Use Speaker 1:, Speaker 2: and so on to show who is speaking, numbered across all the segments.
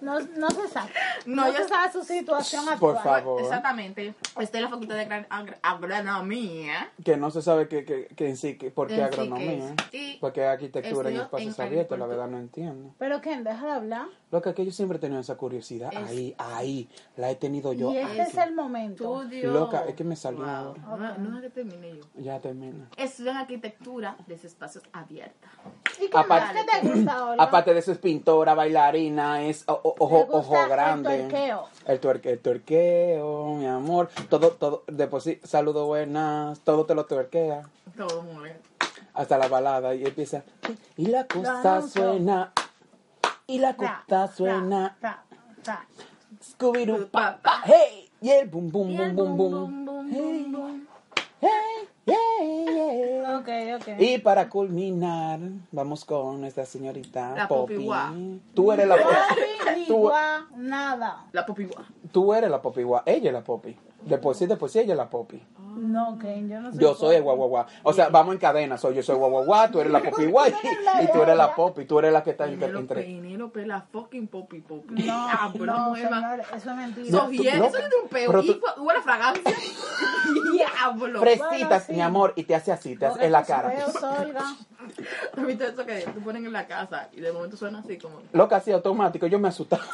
Speaker 1: No, no se sabe.
Speaker 2: No,
Speaker 1: No,
Speaker 2: yo-
Speaker 1: se sabe su situación actual.
Speaker 3: Por favor.
Speaker 2: Exactamente. Estoy en la Facultad de Gran- Agr- Agronomía.
Speaker 3: Que no se sabe que, que, que en sí, que, por qué
Speaker 2: En sí que
Speaker 3: agronomía. ¿eh?
Speaker 2: es. Y
Speaker 3: Porque arquitectura en
Speaker 2: estudio
Speaker 3: espacios
Speaker 2: en
Speaker 3: abiertos, la
Speaker 2: agricultura.
Speaker 3: verdad no entiendo.
Speaker 1: Pero Ken, deja de hablar.
Speaker 3: Loca, que yo siempre he tenido esa curiosidad.
Speaker 2: Es-
Speaker 3: Ahí, ahí. La he tenido yo. Ah,
Speaker 1: Y este es el momento.
Speaker 2: Estudio.
Speaker 3: Loca, es que me salió ahora.
Speaker 2: No, no es que termine yo.
Speaker 3: Ya termina.
Speaker 2: Estudio en arquitectura de espacios abiertos.
Speaker 1: ¿Y qué más
Speaker 3: Aparte-
Speaker 1: que te gusta, Olga?
Speaker 3: Aparte de eso es pintora, bailarina, es o- o- ojo,
Speaker 1: Le gusta
Speaker 3: ojo
Speaker 1: el
Speaker 3: grande.
Speaker 1: tuerqueo.
Speaker 3: El tuerqueo. El tuerqueo, mi amor. Todo, todo, de por sí, saludo buenas, todo te lo tuerquea.
Speaker 2: Todo muy bien.
Speaker 3: Hasta la balada y empieza. Y la
Speaker 1: Lo
Speaker 3: cosa
Speaker 1: anuncio.
Speaker 3: suena. Y la
Speaker 1: Ra,
Speaker 3: costa
Speaker 1: ra,
Speaker 3: suena.
Speaker 1: ra, ra.
Speaker 3: Scooby-Doo,
Speaker 2: Pa,
Speaker 3: pa, pa, hey. Y el bum, bum,
Speaker 2: Y
Speaker 3: bum,
Speaker 2: el bum,
Speaker 3: bum, bum.
Speaker 2: bum, bum, bum, bum.
Speaker 3: Hey, yeah, yeah.
Speaker 1: Ok, ok.
Speaker 3: Y para culminar, vamos con nuestra señorita
Speaker 2: La
Speaker 3: Poppy.
Speaker 2: Popigua.
Speaker 3: Tú eres la
Speaker 1: Papi, ni
Speaker 3: Tú-
Speaker 1: gua, nada.
Speaker 2: La popigua.
Speaker 3: Tú eres la popi guau, ella es la popi. Después sí, después sí, ella es la popi.
Speaker 1: No, Ken, yo no soy.
Speaker 3: Yo soy el guau, guau, guau. O sea, vamos en cadena. Soy, yo soy guau, guau, guau, tú eres la popi guau y, y tú eres la popi. Tú eres la que está entre... entre-
Speaker 2: Penélope, la fucking popi popi.
Speaker 1: No,
Speaker 2: Ah, pero
Speaker 1: no,
Speaker 2: mujer más-
Speaker 1: señores, eso es mentira.
Speaker 3: No,
Speaker 2: Eso
Speaker 3: tú-
Speaker 2: bien,
Speaker 3: no,
Speaker 2: eso es de un peo.
Speaker 3: pero
Speaker 2: Y
Speaker 3: tú-
Speaker 2: fue- huele a fragancia. Diablo.
Speaker 3: Fresitas,
Speaker 1: Bueno, sí.
Speaker 3: mi amor, y te hace así, te hace
Speaker 1: Porque
Speaker 3: en la
Speaker 1: tus
Speaker 3: cara.
Speaker 1: feos, Olga.
Speaker 2: ¿Has visto eso que te ponen en la casa y de momento suena así como...
Speaker 3: Loca, así automático, yo me asustaba.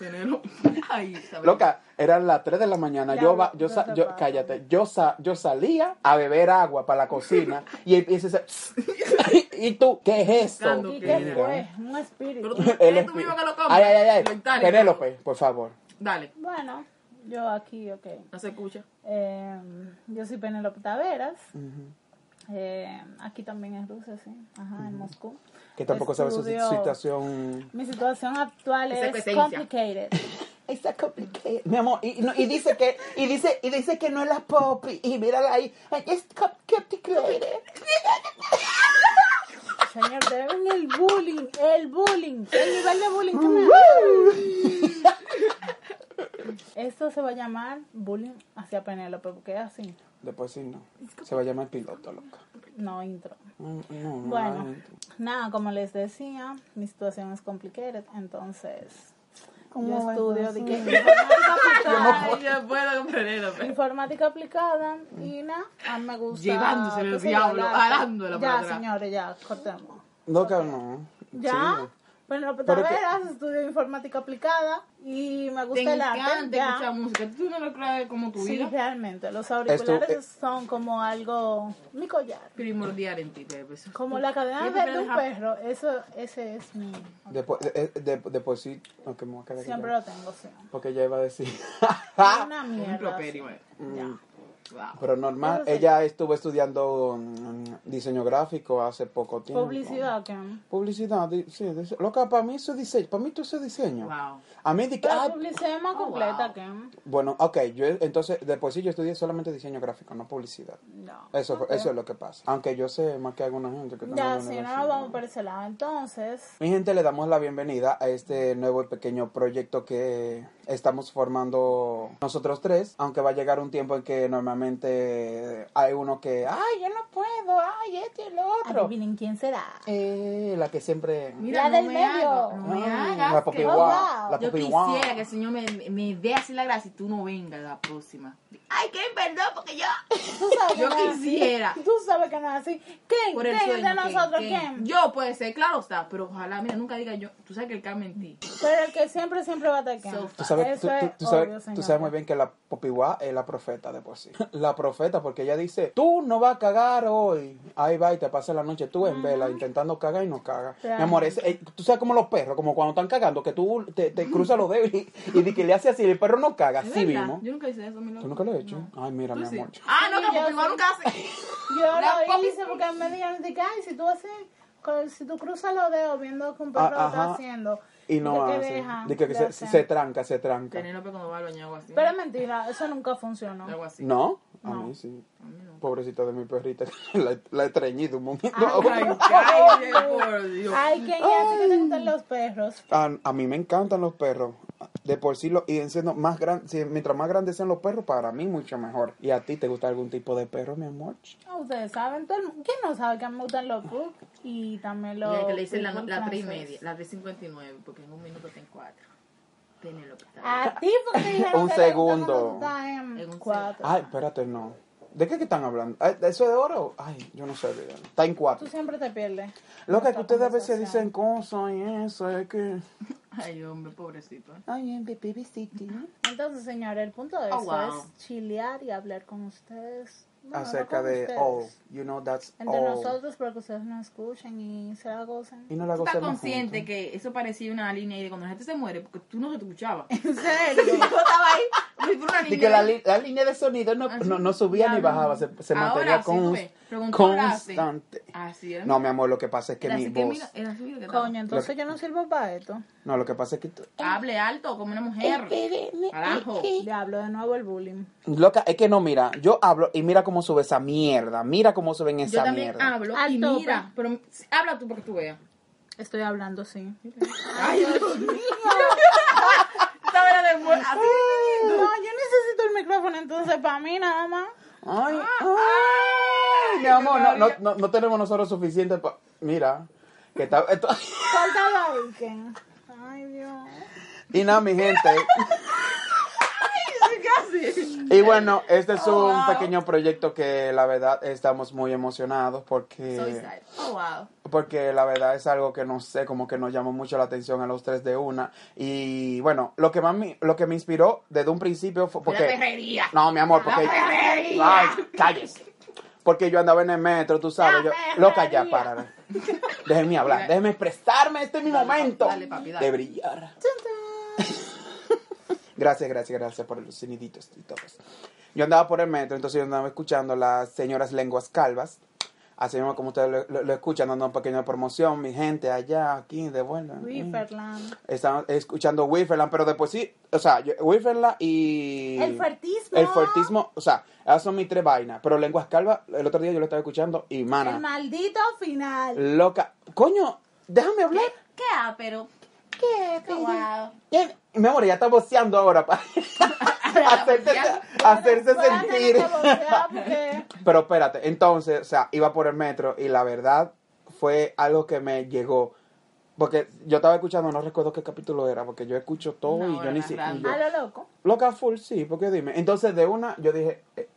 Speaker 2: dinero. Ay, Isabel.
Speaker 3: Loca, eran las 3 de la mañana. Yo, va- yo, sa- yo- cállate, yo, sa- yo salía a beber agua para la cocina y empieza ese- ¿Y tú qué es esto?
Speaker 2: Buscando
Speaker 1: ¿Y
Speaker 2: que
Speaker 1: qué
Speaker 2: era.
Speaker 1: fue? Un espíritu.
Speaker 2: Pero tú,
Speaker 3: El
Speaker 2: ¿eres tú mismo que lo compras?
Speaker 3: Ay, ay, ay,
Speaker 2: Lo
Speaker 3: ay.
Speaker 2: itálico.
Speaker 3: Penélope, por favor.
Speaker 2: Dale,
Speaker 1: Bueno, yo aquí, ok.
Speaker 2: no se escucha.
Speaker 1: Eh, yo soy Penelope Taveras. Eh, aquí también en Rusia, sí. Ajá, en Moscú.
Speaker 3: Que tampoco sabes su
Speaker 1: Estudio-
Speaker 3: situación.
Speaker 1: Mi situación actual
Speaker 2: Esa
Speaker 1: es
Speaker 2: presencia.
Speaker 1: complicated.
Speaker 3: Está complicado. Mi amor, y, y no- y dice que, y dice, y dice que no es la pop, y, y mírala ahí. Ay, es cop- complicated.
Speaker 1: Señor, deben el bullying, el bullying, el nivel de bullying. que me- Esto se va a llamar bullying hacia Penélope, porque es así.
Speaker 3: Después sí, no. Se va a llamar piloto, loca.
Speaker 1: No intro.
Speaker 3: Mm, no, no,
Speaker 1: Bueno,
Speaker 3: no.
Speaker 1: nada, como les decía, mi situación es complicated, entonces yo estudio de que- informática aplicada,
Speaker 2: Ay, yo puedo con Penélope.
Speaker 1: informática aplicada y nada, a mí me gusta.
Speaker 2: Llevándose el
Speaker 1: qué sé yo,
Speaker 2: diablo,
Speaker 1: la-
Speaker 2: jalándola para
Speaker 1: Ya,
Speaker 2: atrás.
Speaker 1: señores, ya, cortemos.
Speaker 3: Loca, no.
Speaker 1: Ya, pues, Penélope
Speaker 3: Pero que-
Speaker 1: Taveras, estudio informática aplicada y me
Speaker 2: Te
Speaker 1: gusta el arte.
Speaker 2: encanta
Speaker 1: ya.
Speaker 2: escuchar música. Tú no lo crees como tu
Speaker 1: Sí,
Speaker 2: vida.
Speaker 1: realmente, los auriculares
Speaker 3: Esto, eh,
Speaker 1: son como algo, mi collar.
Speaker 2: Primordial en ti, Pepe. Eso es
Speaker 1: Como
Speaker 2: tu-
Speaker 1: la cadena
Speaker 2: Siempre
Speaker 1: de un
Speaker 2: deja-
Speaker 1: perro, eso, ese es mi,
Speaker 3: Sí. Después, de, eh, de- después sí. No, que me voy a quedar
Speaker 1: siempre
Speaker 3: callado.
Speaker 1: lo tengo, sí.
Speaker 3: Porque ella iba a decir.
Speaker 1: Una
Speaker 2: Un
Speaker 1: mierda.
Speaker 2: improperio, eh.
Speaker 1: sí. Ya.
Speaker 2: Wow.
Speaker 3: Pero normal, ella estuvo estudiando mm, diseño gráfico hace poco tiempo.
Speaker 1: Publicidad, que
Speaker 3: Publicidad, di- sí, dice- loca, para mí eso es diseño, para mí todo eso es diseño.
Speaker 2: Wow.
Speaker 3: A mí di que,
Speaker 1: La
Speaker 3: ah,
Speaker 1: publicidad más
Speaker 2: Oh, wow.
Speaker 1: completa, que
Speaker 3: bueno, ok, yo entonces, después sí yo estudié solamente diseño gráfico, no publicidad.
Speaker 1: No.
Speaker 3: Eso, fue- eso es lo que pasa. Aunque yo sé más que alguna gente que está en
Speaker 1: Ya,
Speaker 3: la
Speaker 1: si Eh, no
Speaker 3: universidad.
Speaker 1: nos vamos por ese lado, entonces,
Speaker 3: Mi gente, le damos la bienvenida a este nuevo y pequeño proyecto que estamos formando nosotros tres, aunque va a llegar un tiempo en que normalmente hay uno que, ay, yo no puedo, ay, este y el otro.
Speaker 1: adivinen quién será.
Speaker 3: Eh, la que siempre...
Speaker 1: La del
Speaker 2: me
Speaker 1: medio.
Speaker 2: hagas, no me
Speaker 3: Ah,
Speaker 2: hagas
Speaker 3: la
Speaker 2: que-
Speaker 3: papi
Speaker 1: Oh,
Speaker 3: guau,
Speaker 1: wow.
Speaker 3: la
Speaker 2: Yo
Speaker 3: papi
Speaker 2: quisiera
Speaker 3: guau.
Speaker 2: que el Señor me, me dé así la gracia y tú no vengas la próxima. Ay, que perdón, porque yo.
Speaker 1: Tú sabes
Speaker 2: Yo
Speaker 1: que no es así.
Speaker 2: quisiera.
Speaker 1: Tú sabes que no es así. ¿Quién?
Speaker 2: Por el
Speaker 1: ¿Quién
Speaker 2: sueño,
Speaker 1: de
Speaker 2: ¿quién?
Speaker 1: nosotros?
Speaker 2: ¿Quién?
Speaker 1: ¿Quién?
Speaker 2: Yo puede ser, claro está, pero ojalá, mira, nunca diga yo. Tú sabes que el karma en ti.
Speaker 1: Pero el que siempre, siempre va a atacar.
Speaker 2: So-
Speaker 3: Tú sabes, tú,
Speaker 1: Eso
Speaker 3: tú-
Speaker 1: es
Speaker 3: tú sabes-
Speaker 1: obvio,
Speaker 3: tú sabes
Speaker 1: señora.
Speaker 3: muy bien que la Popiwá es la profeta de por sí. La profeta, porque ella dice, tú no vas a cagar hoy. Ahí va y te pasa la noche tú en vela intentando cagar y no cagas. Mi amor, ese- eh, tú sabes como los perros, como cuando están cagando, que tú te, te cruzas los dedos y, y di que le hace así, el perro no caga,
Speaker 2: ¿Es
Speaker 3: así
Speaker 2: verdad?
Speaker 3: mismo.
Speaker 2: Yo nunca hice eso, mi loco.
Speaker 3: ¿Tú nunca lo has hecho? Ay, mira,
Speaker 2: Tú
Speaker 3: mi
Speaker 2: sí.
Speaker 3: amor.
Speaker 2: Ah, no,
Speaker 1: Sí,
Speaker 2: que
Speaker 1: yo
Speaker 2: porque
Speaker 1: sí.
Speaker 2: nunca hace.
Speaker 1: Yo
Speaker 2: La
Speaker 1: lo
Speaker 2: papi-
Speaker 1: hice porque me dijeron, de que, ay, si tú haces, con- si tú cruzas los dedos viendo que un perro
Speaker 3: Ah,
Speaker 1: lo está
Speaker 3: ajá.
Speaker 1: haciendo.
Speaker 3: Y no
Speaker 1: de que
Speaker 3: hace.
Speaker 1: deja
Speaker 3: Di que,
Speaker 1: de
Speaker 3: que se,
Speaker 1: hacer.
Speaker 3: se tranca, se tranca.
Speaker 2: Penélope cuando va al baño hago así.
Speaker 1: Pero es mentira, eso nunca funcionó.
Speaker 2: Algo así.
Speaker 3: ¿No? A
Speaker 1: No.
Speaker 3: mí sí. Pobrecita de mi perrita, la, la he treñido un momento.
Speaker 2: Ay, cállate, por Dios.
Speaker 1: Ay, ¿quién es? ¿A ti que te gustan los perros?
Speaker 3: A, a mí me encantan los perros. De por sí, lo, y en siendo más gran, si- mientras más grandes sean los perros, para mí mucho mejor. ¿Y a ti te gusta algún tipo de perro, mi amor?
Speaker 1: Ah, Ustedes saben, todo el mundo- ¿quién no sabe que me gustan los pugs? Y también
Speaker 2: Y
Speaker 1: los.
Speaker 2: el que le dicen la,
Speaker 1: pitbull
Speaker 2: la 3 y
Speaker 1: francés.
Speaker 2: media, la 3.59, porque en un minuto está en 4. Penélope. está.
Speaker 1: A ti porque te dijeron
Speaker 3: Un
Speaker 1: que te gustan
Speaker 3: segundo. Ah.
Speaker 1: cuando tú estás en
Speaker 2: En un
Speaker 1: cuatro.
Speaker 3: Ay, espérate, no. ¿De qué que están hablando? Ay, ¿de ¿Eso de oro? Ay, yo no sé. mira. Está en
Speaker 1: Tú
Speaker 3: cuatro.
Speaker 1: siempre te pierdes.
Speaker 3: Lo que
Speaker 1: Esta
Speaker 3: ustedes a veces
Speaker 1: conversación.
Speaker 3: dicen cosas y eso es que...
Speaker 2: Ay, hombre, pobrecito. ¿eh?
Speaker 3: Ay, en Baby City.
Speaker 1: Entonces, señores, el punto de
Speaker 2: Oh,
Speaker 1: eso
Speaker 2: wow.
Speaker 1: es chilear y hablar con ustedes. Bueno, no
Speaker 3: Acerca
Speaker 1: con
Speaker 3: de...
Speaker 1: ustedes.
Speaker 3: Oh, you know that's
Speaker 1: Entre
Speaker 3: all.
Speaker 1: nosotros, para que ustedes no escuchen y se la gocen.
Speaker 3: Y no la
Speaker 2: ¿Tú estás
Speaker 3: gocemos
Speaker 2: consciente
Speaker 3: juntos.
Speaker 2: que eso parecía una línea ahí de cuando la gente se muere? Porque tú no se te escuchabas.
Speaker 1: ¿En serio?
Speaker 2: Yo estaba ahí, fui por una
Speaker 3: Y
Speaker 2: línea
Speaker 3: que la,
Speaker 2: ahí.
Speaker 3: li- la línea de sonido no, no, no subía
Speaker 2: Ya
Speaker 3: ni
Speaker 2: no.
Speaker 3: bajaba, se, se
Speaker 2: Ahora
Speaker 3: mantenía
Speaker 2: sí, tú ves.
Speaker 3: cons-
Speaker 2: Preguntó
Speaker 3: constante.
Speaker 2: Así era.
Speaker 3: No, mi amor, lo que pasa es que
Speaker 2: Era
Speaker 3: mi
Speaker 2: así que
Speaker 3: voz.
Speaker 2: mira, era así que estaba.
Speaker 1: Coño, entonces yo no sirvo para esto.
Speaker 3: No, lo que pasa es que. tú-
Speaker 2: Hable alto como una mujer. Carajo.
Speaker 1: Diablo, de nuevo el bullying.
Speaker 3: Loca, es que no, mira, yo hablo y mira cómo sube esa mierda. Mira cómo suben
Speaker 2: Yo
Speaker 3: esa
Speaker 2: también
Speaker 3: mierda.
Speaker 2: hablo
Speaker 1: Al
Speaker 2: y
Speaker 1: tope.
Speaker 2: mira, pero habla tú porque tú veas.
Speaker 1: Estoy hablando, sí.
Speaker 2: Ay, Dios mío. Esta vela de muerte. Así.
Speaker 1: No, yo necesito el micrófono, entonces para mí nada más.
Speaker 3: Ay,
Speaker 2: Ah,
Speaker 3: ay, mi amor, no, no, no, no tenemos nosotros suficiente pa- Mira, que está. esto-
Speaker 1: Córtalo ahí, Ken. Ay, Dios.
Speaker 3: Y nada, mi gente.
Speaker 2: Casi.
Speaker 3: Y bueno, este es
Speaker 2: Oh,
Speaker 3: un pequeño proyecto que la verdad estamos muy emocionados porque...
Speaker 2: Soy sad. Oh, wow.
Speaker 3: porque la verdad es algo que no sé, como que nos llamó mucho la atención a los tres de una. Y bueno, lo que más me, lo que me inspiró desde un principio fue
Speaker 2: Una
Speaker 3: porque...
Speaker 2: perrería.
Speaker 3: No, mi amor, porque...
Speaker 2: Una perrería.
Speaker 3: Ay, cállese. Porque yo andaba en el metro, tú sabes. Yo,
Speaker 2: perrería.
Speaker 3: loca, ya, para. Déjenme hablar, déjenme expresarme. Este es mi
Speaker 2: Dale, papi,
Speaker 3: momento
Speaker 2: dale, papi, dale.
Speaker 3: de brillar. Gracias, gracias, gracias por los soniditos y todos. Yo andaba por el metro, entonces yo andaba escuchando las señoras lenguas calvas. Así mismo como ustedes lo, lo- lo escuchan, dando una pequeña promoción, mi gente allá, aquí, de vuelta.
Speaker 1: Wifferland.
Speaker 3: Estaban escuchando Wifferland, pero después sí, o sea, yo- Wifferland y...
Speaker 1: El fuertismo.
Speaker 3: El fuertismo, o sea, esas son mis tres vainas. Pero Lenguas Calvas, el otro día yo lo estaba escuchando y,
Speaker 1: El
Speaker 3: mana,
Speaker 1: maldito final.
Speaker 3: loca, coño, déjame hablar.
Speaker 2: ¿Qué ah, pero? ¿Qué? Wow.
Speaker 3: ¿Quién? Mi amor, ya está voceando ahora para hacerse, hacerse
Speaker 1: Voy a tener
Speaker 3: sentir.
Speaker 1: que voltear porque-
Speaker 3: Pero espérate, entonces, o sea, iba por el metro y la verdad fue algo que me llegó. Porque yo estaba escuchando, no recuerdo qué capítulo era, porque yo escucho todo
Speaker 2: Una
Speaker 3: y yo
Speaker 2: hora
Speaker 3: ni
Speaker 2: más
Speaker 3: siquiera.
Speaker 2: random.
Speaker 1: A lo loco.
Speaker 3: Loca full, sí, porque dime. Entonces, de una, yo dije, eh,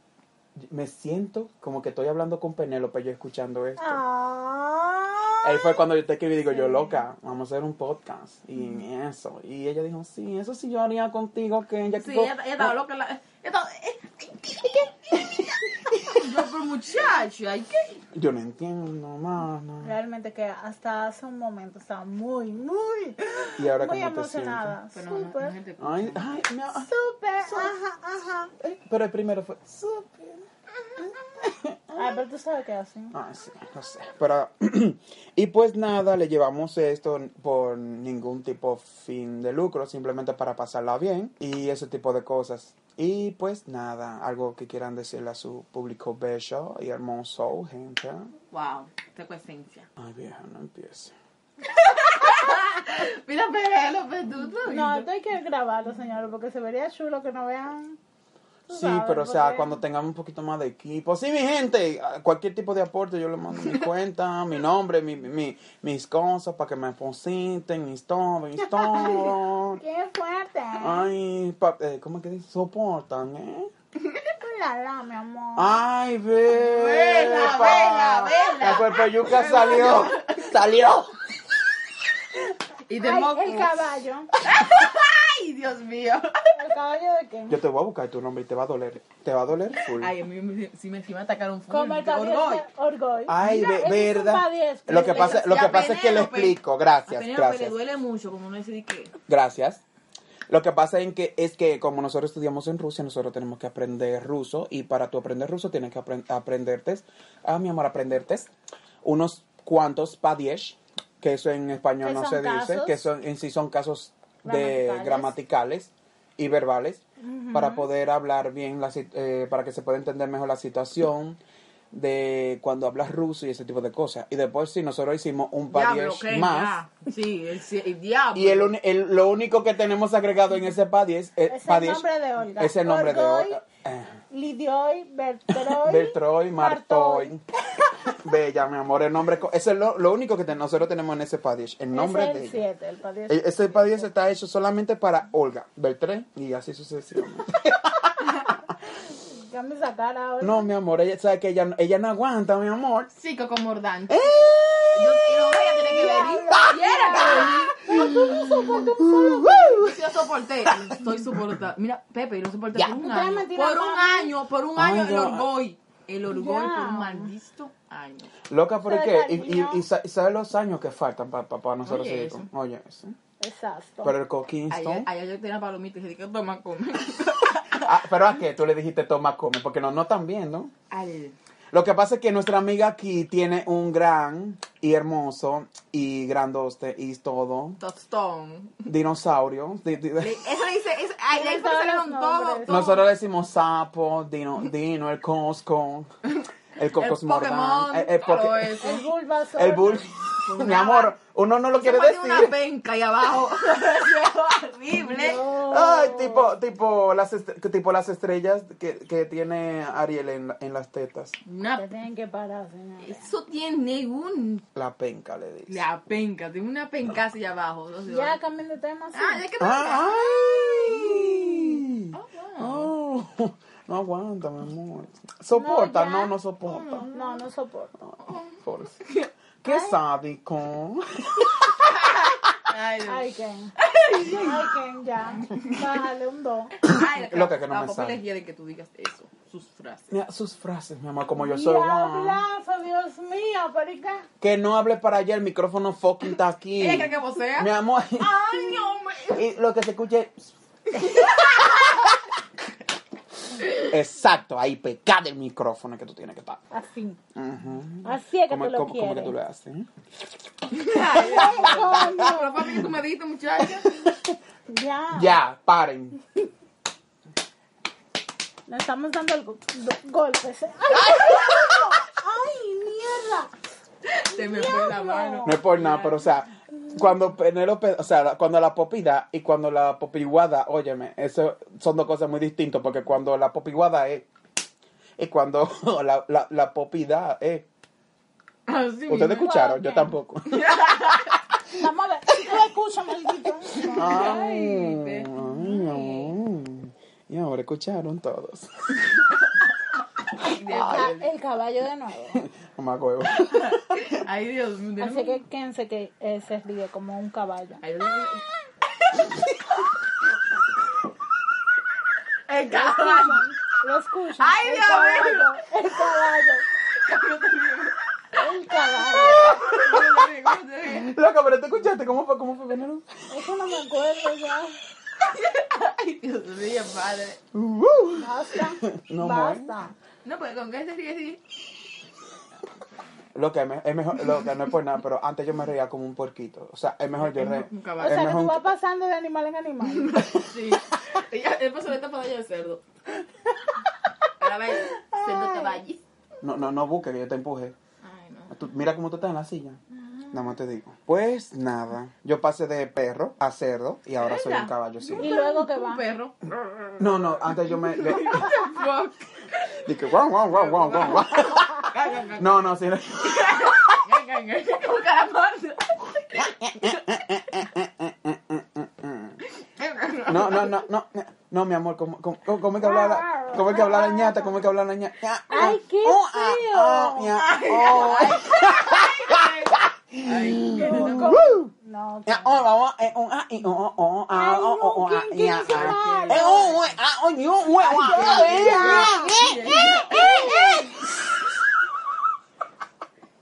Speaker 3: me siento como que estoy hablando con Penélope yo escuchando esto. Ahí
Speaker 1: Ay.
Speaker 3: fue cuando yo te escribí y digo, yo loca, vamos a hacer un podcast. Y
Speaker 2: Mm.
Speaker 3: eso. Y ella dijo, sí, eso sí yo haría contigo, que ella
Speaker 2: Sí,
Speaker 3: dijo,
Speaker 2: ella ella estaba loca. La, ella, yo, pero muchacho, ay, ¿qué?
Speaker 3: Yo no entiendo, mamá.
Speaker 1: Realmente que hasta hace un momento estaba muy, muy,
Speaker 3: Y ahora
Speaker 1: muy
Speaker 3: cómo te
Speaker 1: emocionada.
Speaker 3: sientes.
Speaker 2: Pero no, no, no,
Speaker 1: Súper,
Speaker 2: gente,
Speaker 3: Ay, ay, mi amor.
Speaker 1: súper, ajá, ajá.
Speaker 3: Ay, Pero el primero fue, súper.
Speaker 1: Ay, Ah, pero tú sabes qué hacen.
Speaker 3: Ah, sí, no sé. Pero, y pues nada, le llevamos esto por ningún tipo fin de lucro, simplemente para pasarla bien y ese tipo de cosas. Y pues nada, algo que quieran decirle a su público bello y hermoso, gente.
Speaker 2: Wow, qué coesencia.
Speaker 3: Ay, vieja, no empiece.
Speaker 2: Mira, Penélope, tú, tú.
Speaker 1: No, esto hay que grabarlo, señores, porque se vería chulo que no vean. tú
Speaker 3: Sí,
Speaker 1: sabes,
Speaker 3: pero o sea,
Speaker 1: porque-
Speaker 3: cuando tengamos un poquito más de equipo. Sí, mi gente, a- cualquier tipo de aporte yo le mando mi cuenta, mi nombre, mi, mi- mis cosas para que me depositen, mis todo, mis todo.
Speaker 1: ¡Qué fuerte!
Speaker 3: Ah. Ay, pa- eh, ¿cómo que dice? Soportan, ¿eh?
Speaker 1: La, la, mi amor.
Speaker 2: Ah,
Speaker 3: Ay, ve.
Speaker 2: Vela, vela, vela.
Speaker 3: La cuerpeyuca salió. Salió.
Speaker 2: Y de
Speaker 1: Ay,
Speaker 2: moco.
Speaker 1: el caballo.
Speaker 2: Ay, Dios mío.
Speaker 1: ¿El caballo de quién?
Speaker 3: Yo te voy a buscar tu nombre y te va a doler. Te va a doler full.
Speaker 2: Ay, a mí me- si me encima atacaron full.
Speaker 1: Como el caballo
Speaker 2: Orgoy.
Speaker 1: de Orgoy.
Speaker 3: Ay,
Speaker 1: Mira,
Speaker 3: ve-
Speaker 1: ese es un
Speaker 3: verdad.
Speaker 1: padiestro.
Speaker 3: Lo que pasa, lo
Speaker 2: Y
Speaker 3: que
Speaker 2: a
Speaker 3: pasa es que le
Speaker 2: Penélope-
Speaker 3: explico.
Speaker 2: A
Speaker 3: Gracias,
Speaker 2: Penélope pues, le
Speaker 3: gracias.
Speaker 2: duele mucho, como no decir que.
Speaker 3: Gracias. Lo que pasa en que, es que como nosotros estudiamos en Rusia, nosotros tenemos que aprender ruso y para tú aprender ruso tienes que apren- aprenderte, ah, mi amor, aprenderte unos cuantos padiesh, que eso en español
Speaker 1: Que
Speaker 3: no
Speaker 1: son
Speaker 3: se dice,
Speaker 1: casos.
Speaker 3: que son en sí son casos de
Speaker 1: Gramaticales.
Speaker 3: gramaticales y verbales para poder hablar bien, la, sit- eh, para que se pueda entender mejor la situación de cuando hablas ruso y ese tipo de cosas. Y después si nosotros hicimos un
Speaker 2: Diablo,
Speaker 3: padiesh
Speaker 2: ¿qué?
Speaker 3: más.
Speaker 2: Ya. Sí, el, sí, el diablo.
Speaker 3: Y el, uni- el- lo único que tenemos agregado en ese PADI es, eh,
Speaker 1: Es el
Speaker 3: Padi es-
Speaker 1: nombre de Olga.
Speaker 3: Es el nombre
Speaker 1: Orgoy,
Speaker 3: de Olga. Eh,
Speaker 1: Lidioy, Bertroy.
Speaker 3: Bertroy Martoy. Bella, mi amor, el nombre. co- Ese es lo, lo único que ten- nosotros tenemos en ese PADI. El nombre
Speaker 1: es el
Speaker 3: de ella.
Speaker 1: 7, el padiestro.
Speaker 3: E- Ese PADI está hecho solamente para Olga, Bertré y así sucesivamente.
Speaker 1: Ya me sacaron ahora.
Speaker 3: No, mi amor, ella sabe que ella, no- ella no aguanta, mi amor.
Speaker 2: Sí, Coco Mordán.
Speaker 3: ¡Eh!
Speaker 2: Yo quiero voy a tener que venir. Quiera
Speaker 3: ¡Woo!
Speaker 2: que venir. Yo soporté. Estoy soportando. Mira, Pepe, yo soporté
Speaker 3: Ya.
Speaker 2: por un
Speaker 1: Ustedes
Speaker 2: año.
Speaker 1: me tiran
Speaker 2: Por un
Speaker 1: para
Speaker 2: año, por un
Speaker 3: Ay,
Speaker 2: año el
Speaker 3: ya.
Speaker 2: orgoy. El orgoy por
Speaker 1: Ya.
Speaker 2: un maldito año.
Speaker 3: Loca, ¿por
Speaker 1: Se
Speaker 3: qué? Y, y,
Speaker 1: cariño.
Speaker 3: y sa- y sabe los años que faltan para nosotros
Speaker 2: Oye,
Speaker 3: seguir
Speaker 2: eso.
Speaker 3: con- Oye, eso.
Speaker 1: Exacto.
Speaker 3: Pero el Coquinston.
Speaker 2: Ayer, ayer yo tenía palomitas y dije, ¿qué toma come?
Speaker 3: Ah, pero a qué tú le dijiste toma come, porque no no tan bien, ¿no?
Speaker 2: Al-
Speaker 3: Lo que pasa es que nuestra amiga aquí tiene un gran y hermoso y grandote y todo
Speaker 2: tostón.
Speaker 3: dinosaurio. Di- di-
Speaker 2: Le- Eso dice, eso, ay, le
Speaker 1: Tienen
Speaker 2: dice
Speaker 1: todos
Speaker 2: salieron
Speaker 1: los
Speaker 2: todo,
Speaker 1: nombres.
Speaker 2: todo.
Speaker 3: Nosotros le decimos sapo, dino, dino, el cosco, el cocos
Speaker 2: el
Speaker 3: mordán,
Speaker 2: Pokémon,
Speaker 3: el, el poke-
Speaker 2: todo eso.
Speaker 1: el Bulbasaur.
Speaker 3: el bull. Mi amor, uno no lo quiere
Speaker 2: Eso fue de una
Speaker 3: decir.
Speaker 2: penca y abajo. Eso es horrible.
Speaker 3: Ay, tipo, tipo las, est- tipo las estrellas que, que tiene Ariel en, la- en las tetas.
Speaker 1: Ya
Speaker 2: Una-
Speaker 1: tienen que parar, señores.
Speaker 2: eso tiene un
Speaker 3: La penca le dice.
Speaker 2: La penca, tiene una penca hacia abajo. no sé.
Speaker 1: Ya cambien de tema. sí.
Speaker 2: Ah, ya que
Speaker 3: Ah, ¡Ay!
Speaker 2: wow.
Speaker 3: Oh. No aguanta, mi amor. Soporta,
Speaker 1: ya. Mm.
Speaker 3: no, no, soporta.
Speaker 1: No, no soporto.
Speaker 3: Pobrecito. Qué sádico.
Speaker 2: Ay, Dios.
Speaker 1: Ay, Ken. Ay, Ken, ya. Bájale un dos.
Speaker 2: Ay, la
Speaker 3: Lo que- que no me
Speaker 2: tampoco
Speaker 3: sale.
Speaker 2: les hieren que tú digas eso, sus frases.
Speaker 3: Mira, sus frases, mi amor, como yo soy. guau.
Speaker 1: Diablazo, Dios mío, parica.
Speaker 3: Que no hable para allá, el micrófono fucking está aquí.
Speaker 2: Ella cree que vocea.
Speaker 3: Mi amor.
Speaker 2: Ay, hombre.
Speaker 3: Y lo que se escuche. Exacto, ahí pegá del micrófono que tú tienes que estar.
Speaker 1: Así.
Speaker 3: Ujú.
Speaker 1: Así es que
Speaker 3: ¿Cómo,
Speaker 1: tú lo
Speaker 3: cómo- cómo que
Speaker 1: quieres.
Speaker 3: tú lo haces? eh?
Speaker 2: Pero papi, que tú me dijiste, muchacha.
Speaker 1: Ya.
Speaker 3: Ya, paren.
Speaker 1: Nos estamos dando el go- do- golpes. ¿eh? ¡Ay, mierda!
Speaker 2: Se me fue la mano.
Speaker 3: No es por nada, pero o sea, cuando Penélope, o sea, la- cuando la popida y cuando la popiguada, óyeme, eso son dos cosas muy distintas, porque cuando la popiguada es, y cuando la, la, la popida es.
Speaker 2: Así
Speaker 3: ¿Ustedes
Speaker 2: mismo.
Speaker 3: escucharon? Yo tampoco.
Speaker 1: ¡Ay, mierda! Vamos a ver. No escucho, maldito.
Speaker 3: Ah, Ay,
Speaker 2: Ay,
Speaker 3: ay. y ahora escucharon todos.
Speaker 1: El, ca- el caballo de nuevo.
Speaker 3: Mamá huevo.
Speaker 2: Ay, Dios mío.
Speaker 1: Así que Ken se, que, eh, se ríe como un caballo.
Speaker 2: Ay, Dios mío. El caballo.
Speaker 1: Lo escucho.
Speaker 2: Ay,
Speaker 1: el
Speaker 2: Dios mío.
Speaker 1: caballo, El caballo.
Speaker 2: Yo también.
Speaker 1: El caballo.
Speaker 2: ¿Cómo te digo?
Speaker 3: Loca, pero ¿te escuchaste? ¿Cómo fue? ¿Cómo fue Penélope?
Speaker 1: Eso no me acuerdo ya.
Speaker 2: Ay, Dios mío, padre.
Speaker 3: Uh,
Speaker 1: Basta.
Speaker 3: No,
Speaker 1: Basta.
Speaker 2: No, pues con qué se ríe así.
Speaker 3: Lo que es me- es mejor, lo que no es por nada, pero antes yo me reía como un puerquito. O sea, es mejor yo reír.
Speaker 2: Un
Speaker 1: O
Speaker 2: caballo.
Speaker 1: sea que
Speaker 3: mejor
Speaker 1: tú
Speaker 3: un-
Speaker 1: vas pasando de animal en animal.
Speaker 2: Sí. Ella, él pasó la etapa de ella de cerdo. Ahora ve, cerdo caballo.
Speaker 3: No, no, no busques que yo te empuje.
Speaker 2: Ay, no.
Speaker 3: Tú- mira cómo tú estás en la silla. Nada más te digo. Pues nada, yo pasé de perro a cerdo y ahora soy un
Speaker 2: ¿Verdad?
Speaker 3: caballo, sí.
Speaker 1: Y luego que
Speaker 2: Un
Speaker 1: va.
Speaker 2: perro.
Speaker 3: No, no, antes yo me... le-
Speaker 2: Fuck.
Speaker 3: dije, guau, guau, guau, guau, guau, guau. No, no, sí. no.
Speaker 2: Como calamardo.
Speaker 3: No, no, no, no, no, no, mi amor, ¿cómo, cómo, cómo, cómo es que hablar, la- cómo es que hablar la ñata, cómo es que hablar la ñata?
Speaker 1: Ay, qué
Speaker 3: Oh, ah,
Speaker 1: feo.
Speaker 3: eh,
Speaker 2: Ay, qué lindo.
Speaker 3: feo.
Speaker 1: No,
Speaker 3: Ya, oh, vamos, eh, oh, ah, eh, oh, oh, oh, ah,
Speaker 1: Ay,
Speaker 3: oh, oh,
Speaker 1: no,
Speaker 3: oh, ah,
Speaker 1: ¿quién- quién
Speaker 3: ya,
Speaker 1: hizo
Speaker 3: ah.
Speaker 1: mal?
Speaker 3: Eh, oh, oh, ah, oh, yo, oh, ah, eh, eh, eh,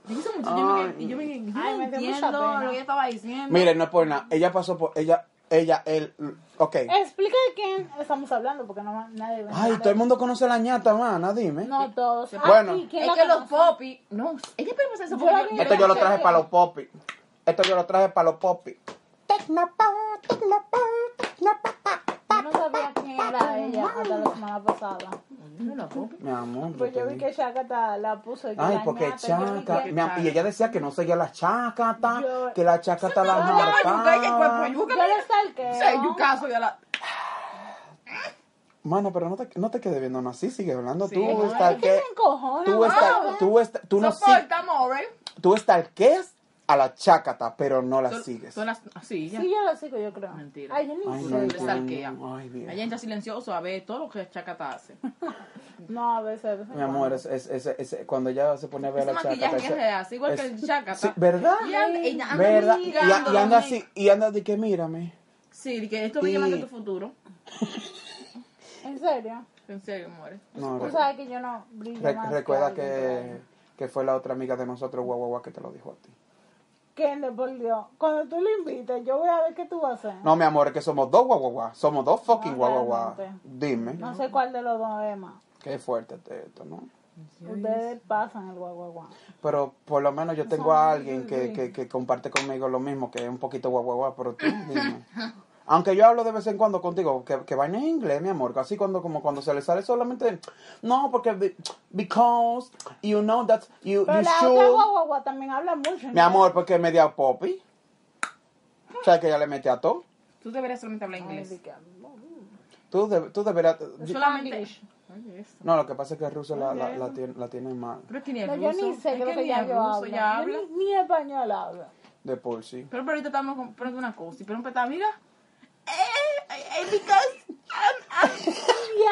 Speaker 2: Dice mucho, yo me quedé- y yo me quedé, yo
Speaker 1: Ay,
Speaker 2: no
Speaker 1: me dio mucha
Speaker 2: entiendo
Speaker 1: pena.
Speaker 2: lo que ella estaba diciendo.
Speaker 3: Miren, no es por nada. Ella pasó por. Ella, ella, él. mm, Ok.
Speaker 1: Eh, Explica de quién estamos hablando porque no nadie va a
Speaker 3: Ay,
Speaker 1: entender.
Speaker 3: todo el mundo conoce la ñata, mana, dime.
Speaker 1: No todos. Ah,
Speaker 3: Bueno.
Speaker 1: sí, ¿quién
Speaker 2: Es
Speaker 1: la
Speaker 2: que los
Speaker 1: conoce?
Speaker 2: popis. No, ella puede pasar eso
Speaker 1: Yo
Speaker 2: porque
Speaker 1: la vi-
Speaker 3: Esto yo lo traje para los popis. Esto yo lo traje para los popis. Tecnopop, tecnopop, tecnopop.
Speaker 1: Yo no sabía quién era ella hasta la semana pasada.
Speaker 2: No, los popis.
Speaker 3: Mi amor. yo
Speaker 1: Pues
Speaker 3: te
Speaker 1: yo vi
Speaker 3: digo.
Speaker 1: que Chacata la puso y que
Speaker 3: Ay,
Speaker 1: la
Speaker 3: porque
Speaker 1: ñata, yo vi
Speaker 3: chacata.
Speaker 1: que-
Speaker 3: mi am- Y ella decía que no seguía la chacata,
Speaker 1: Yo-
Speaker 3: que la chacata la
Speaker 1: Yo
Speaker 2: Ay, yuca, ella es cuerpo
Speaker 3: mataba.
Speaker 1: Yo
Speaker 2: yuca.
Speaker 1: le salqué.
Speaker 2: Sí, yuca, soy a la.
Speaker 3: Mana, pero no te, no te quedes viendo no, así, sigue hablando.
Speaker 2: Sí,
Speaker 3: tú
Speaker 2: ay,
Speaker 3: estás
Speaker 1: ¿Qué
Speaker 3: que.
Speaker 1: se encojona?
Speaker 3: Tú estás,
Speaker 1: guau?
Speaker 3: tú estás, tú no sigues.
Speaker 2: Soporta, more.
Speaker 3: Tú estalqueas a la chácata, pero no la
Speaker 2: Son-
Speaker 3: sigues.
Speaker 2: Son las. Así, ya.
Speaker 1: Ah, Sí, yo lo sigo, yo creo.
Speaker 2: Mentira.
Speaker 1: Ay, yo ni
Speaker 3: Ay,
Speaker 1: sé.
Speaker 3: no,
Speaker 2: Le
Speaker 3: entiendo.
Speaker 2: salquea.
Speaker 3: Ay, Dios.
Speaker 2: Ella entra silencioso a ver todo lo que Chacata hace.
Speaker 1: No, a veces. a veces
Speaker 3: Mi amor, es, es, es, es- cuando ella se pone a ver
Speaker 2: Ese
Speaker 3: a la chácata.
Speaker 2: maquillaje que
Speaker 3: ese-
Speaker 2: se hace, igual que el
Speaker 3: es-
Speaker 2: Chacata.
Speaker 3: sí, ¿Verdad?
Speaker 2: Y anda, y anda
Speaker 3: ¿Verdad? Y,
Speaker 2: mirando
Speaker 3: y anda
Speaker 2: los
Speaker 3: así, y anda de que mírame.
Speaker 2: Sí, de que esto me llama
Speaker 3: Y-
Speaker 2: de tu futuro.
Speaker 1: no. En serio.
Speaker 2: En serio, more.
Speaker 3: No,
Speaker 1: Tú
Speaker 3: re-
Speaker 1: sabes que yo no brillo
Speaker 3: re-
Speaker 1: más
Speaker 3: recuerda
Speaker 1: que alguien
Speaker 3: que, que fue la otra amiga de nosotros, guau, guau, guau, que te lo dijo a ti.
Speaker 1: que alguien. Ken, por Dios, cuando tú lo invites, yo voy a ver qué tú vas a hacer.
Speaker 3: No, mi amor, es que somos dos guau, guau, guau. Somos dos fucking
Speaker 1: No,
Speaker 3: guau, guau, guau.
Speaker 1: realmente.
Speaker 3: Dime.
Speaker 1: No sé cuál de los dos es más.
Speaker 3: Qué fuerte este- esto, ¿no?
Speaker 1: Ustedes pasan el guaguaguá.
Speaker 3: Pero por lo menos yo tengo a alguien que, que, que comparte conmigo lo mismo, que es un poquito guau, guau, guau, pero tú dime. Aunque yo hablo de vez en cuando contigo, que, que vaina en inglés, mi amor, así cuando como cuando se le sale solamente, no, porque be- because you know that you,
Speaker 1: Pero
Speaker 3: you
Speaker 1: la otra
Speaker 3: should.
Speaker 1: guaguaguá también habla mucho.
Speaker 3: Mi amor, porque es media poppy. ¿Sabes que ya le metí a todo?
Speaker 2: Tú deberías solamente hablar inglés.
Speaker 3: Tú, de- tú deberás...
Speaker 2: Solamente.
Speaker 1: English.
Speaker 2: Oye, eso.
Speaker 3: No, lo que pasa es que el ruso la, la, la tiene, la tiene mal
Speaker 2: Pero es que ni el
Speaker 1: No,
Speaker 2: ruso.
Speaker 1: yo ni sé,
Speaker 2: es
Speaker 1: creo
Speaker 2: que
Speaker 1: que
Speaker 2: ni
Speaker 1: ya
Speaker 2: el
Speaker 1: yo
Speaker 2: ruso
Speaker 1: hablo.
Speaker 2: ya
Speaker 1: Yo
Speaker 2: habla.
Speaker 1: Ni, ni español habla.
Speaker 3: de por sí.
Speaker 2: Pero, pero ahorita estamos comprando una cosa. Y pero un peta, mira. Eh, eh, because.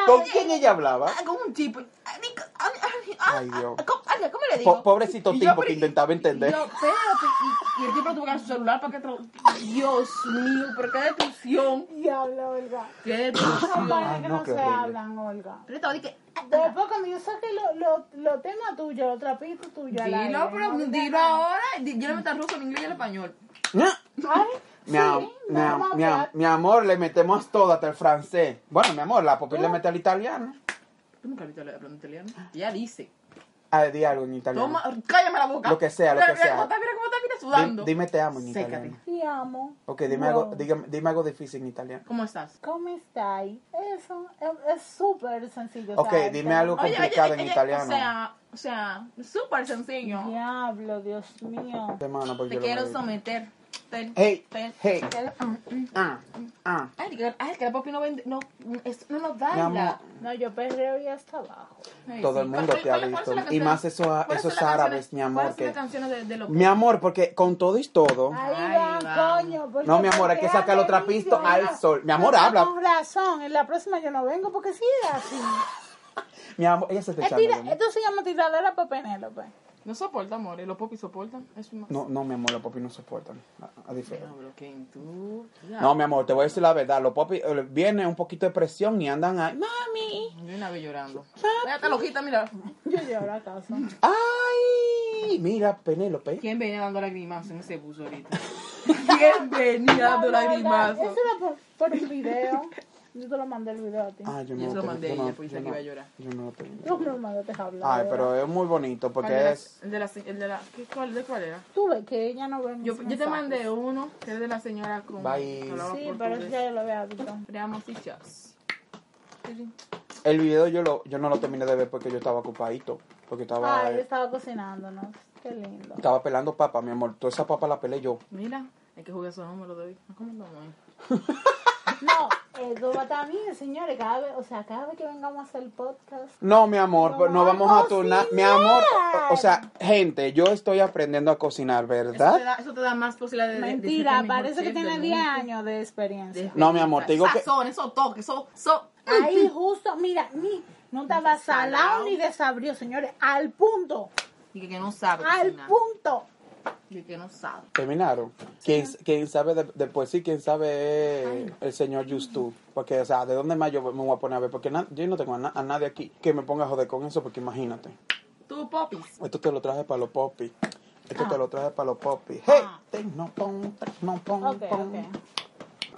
Speaker 3: ¿Con quién ella hablaba?
Speaker 4: Con un tipo.
Speaker 2: eh,
Speaker 4: ah, ni- ah, ah, ah,
Speaker 3: Ay, Dios.
Speaker 4: ah, ¿Cómo ah, cómo le
Speaker 3: Po-
Speaker 4: digo?
Speaker 3: pobrecito
Speaker 2: Y yo,
Speaker 3: tipo
Speaker 2: pero-
Speaker 3: que intentaba entender.
Speaker 2: Yo, espérate, y, y el tipo tuvo que dar su celular para que... tra- Dios mío, pero qué destrucción.
Speaker 1: Diablo, Olga.
Speaker 2: Qué destrucción.
Speaker 1: Son vainas que
Speaker 3: Ah, no,
Speaker 1: no,
Speaker 3: qué
Speaker 1: se
Speaker 3: horrible.
Speaker 1: hablan, Olga.
Speaker 4: Pero estaba de que. ah,
Speaker 1: Después cuando yo saque los lo, lo temas tuyos, los trapitos tuyos. al aire,
Speaker 2: Dilo, pero
Speaker 1: no digas
Speaker 2: dilo
Speaker 1: nada.
Speaker 2: ahora. Di- Yo le meto al ruso, en inglés y al español.
Speaker 3: ¡Ah!
Speaker 1: Ay,
Speaker 3: Mi, am-
Speaker 1: sí,
Speaker 3: mi am-
Speaker 1: vamos a
Speaker 3: mi am-
Speaker 1: hablar.
Speaker 3: mi amor, le metemos todo hasta el francés. Bueno, mi amor, la popilla le mete al italiano.
Speaker 2: Tú nunca viste hablando italiano. Ya dice.
Speaker 3: Ah, di algo en italiano.
Speaker 2: Toma, cállame la boca.
Speaker 3: Lo que sea, lo
Speaker 2: Mira,
Speaker 3: que
Speaker 2: mira
Speaker 3: sea.
Speaker 2: cómo está, mira cómo está, mira
Speaker 3: Di-
Speaker 2: sudando.
Speaker 3: dime te amo en
Speaker 2: Sécate.
Speaker 3: italiano.
Speaker 1: Te amo.
Speaker 3: Ok, dime,
Speaker 1: Wow.
Speaker 3: algo, dígame- dime algo difícil en italiano.
Speaker 2: ¿Cómo estás?
Speaker 1: ¿Cómo estáis? Eso es es súper sencillo.
Speaker 3: Ok,
Speaker 1: ¿sabes?
Speaker 3: dime algo
Speaker 2: Oye, oye,
Speaker 3: complicado en
Speaker 2: oye,
Speaker 3: italiano.
Speaker 2: O sea, o sea, súper sencillo.
Speaker 1: Diablo, Dios mío.
Speaker 3: Hermano, pues
Speaker 2: Te
Speaker 3: yo lo
Speaker 2: quiero
Speaker 3: voy a-
Speaker 2: someter. Te-
Speaker 3: Hey,
Speaker 2: te-
Speaker 3: hey.
Speaker 2: te- ah, mm.
Speaker 3: Ah, ah.
Speaker 2: Ay, que, ay, que la papi no vende, no, mm, es- no nos
Speaker 3: Mi
Speaker 2: baila.
Speaker 3: amor,
Speaker 1: No, yo perreo y hasta abajo.
Speaker 2: Ay,
Speaker 3: todo el mundo
Speaker 2: ¿Cuál-
Speaker 3: te ha
Speaker 2: cuál- cuáles
Speaker 3: visto.
Speaker 2: son las
Speaker 3: Y
Speaker 2: canciones-
Speaker 3: más eso-
Speaker 2: cuáles son
Speaker 3: esos
Speaker 2: las canciones-
Speaker 3: árabes, mi amor,
Speaker 2: ¿Cuáles son
Speaker 3: que-
Speaker 2: las canciones de, de los
Speaker 3: Mi amor, porque con todo y todo.
Speaker 1: Ahí
Speaker 2: Ay,
Speaker 1: van,
Speaker 2: va.
Speaker 1: coño. pues porque
Speaker 3: No, mi amor, hay que
Speaker 1: perrean
Speaker 3: sacar los
Speaker 1: de
Speaker 3: trapitos
Speaker 1: vicio,
Speaker 3: al
Speaker 1: ya.
Speaker 3: sol. Mi amor,
Speaker 1: No, no,
Speaker 3: habla.
Speaker 1: Con razón, en la próxima yo no vengo porque sí es así.
Speaker 3: Mi amor, ella se
Speaker 2: Eh,
Speaker 3: está
Speaker 1: Es
Speaker 3: echando.
Speaker 1: tira-
Speaker 3: ¿no?
Speaker 1: esto se llama tiradera para Penélope.
Speaker 2: No soporta, amor, y los popis soportan. Es una...
Speaker 3: No, no, mi amor, los popis no soportan. Ah, A, a diferencia.
Speaker 2: No, pero que tú... ya.
Speaker 3: No, mi amor, te voy a decir la verdad. Los popis eh, viene un poquito de presión y andan ahí. ¡Mami!
Speaker 2: Yo una vez llorando. Déjate loquita, mira.
Speaker 1: Yo lloro acaso.
Speaker 3: ¡Ay! Mira, Penélope.
Speaker 2: ¿Quién venía dando lagrimazos en ese bus ahorita? ¿Quién venía dando
Speaker 1: Eso
Speaker 2: lagrimazos?
Speaker 1: era por, por un video. Yo te lo mandé el video a ti.
Speaker 3: Ay, Ah, yo
Speaker 2: Y
Speaker 3: no
Speaker 2: eso lo
Speaker 3: tengo-
Speaker 2: mandé
Speaker 3: yo
Speaker 2: a
Speaker 3: no-
Speaker 2: ella, pues, dice
Speaker 3: yo
Speaker 2: que
Speaker 3: no-
Speaker 2: iba a llorar.
Speaker 3: Yo no lo tengo.
Speaker 1: Tú me lo mandaste a hablar.
Speaker 3: Ay,
Speaker 1: ¿verdad?
Speaker 3: pero es muy bonito
Speaker 2: ¿Cuál de
Speaker 3: porque
Speaker 2: la-
Speaker 3: es.
Speaker 2: el de la, se- el de la, ¿qué- cuál, ¿De cuál era?
Speaker 1: Tú ves que ella no ve mis
Speaker 2: Yo, yo te
Speaker 1: mensajes.
Speaker 2: mandé uno que es de la señora con.
Speaker 3: Bye.
Speaker 2: que hablaba
Speaker 1: Sí, pero eso
Speaker 2: portugués.
Speaker 1: ya yo lo había visto.
Speaker 2: Creamos fichas.
Speaker 3: El video yo, lo, yo no lo terminé de ver porque yo estaba ocupadito. Porque estaba.
Speaker 1: Ay,
Speaker 3: eh,
Speaker 1: yo estaba cocinándonos. Qué lindo.
Speaker 3: Estaba pelando papa, mi amor. Toda esa papa la pelé yo.
Speaker 2: Mira, hay que jugar esos números de hoy. ¿Cómo estamos?
Speaker 1: No, eh, eso va también, señores. Cada vez, o sea, cada vez que vengamos a hacer el podcast.
Speaker 3: No, mi amor,
Speaker 1: No
Speaker 3: no, vamos a
Speaker 1: a
Speaker 3: turnar. Mi
Speaker 1: cocinar.
Speaker 3: amor, o, o sea, gente, yo estoy aprendiendo a cocinar,
Speaker 2: Eso te,
Speaker 3: ¿verdad?
Speaker 2: da, eso te da más posibilidades de- de. de ser el
Speaker 1: Mentira,
Speaker 2: mejor
Speaker 1: parece que
Speaker 2: chef
Speaker 1: tiene
Speaker 2: del
Speaker 1: 10
Speaker 2: mundo.
Speaker 1: años de experiencia.
Speaker 2: De-
Speaker 3: No, mi amor, te digo que-
Speaker 2: Sazón, eso toque, eso. eso
Speaker 1: Ahí justo, mira, ni, no estaba salado
Speaker 2: Salado.
Speaker 1: ni desabrido, señores. Al punto,
Speaker 2: Y que, que no sabe.
Speaker 1: al
Speaker 2: cocinar.
Speaker 1: punto.
Speaker 2: Y que no sabe.
Speaker 3: Terminaron. Quien, quien sabe de, de poesía, quien sabe eh, el señor Justu. Porque, o sea, ¿de dónde más yo me voy a poner a ver? Porque na- yo no tengo a, na- a nadie aquí que me ponga a joder con eso, porque imagínate.
Speaker 2: Tú, popis.
Speaker 3: Esto te lo traje para los popis. Esto
Speaker 2: Ah.
Speaker 3: te lo traje para los popis. ¡Hey! Tecno pon, tecno pon,
Speaker 1: Ok,
Speaker 3: pon.
Speaker 1: ok.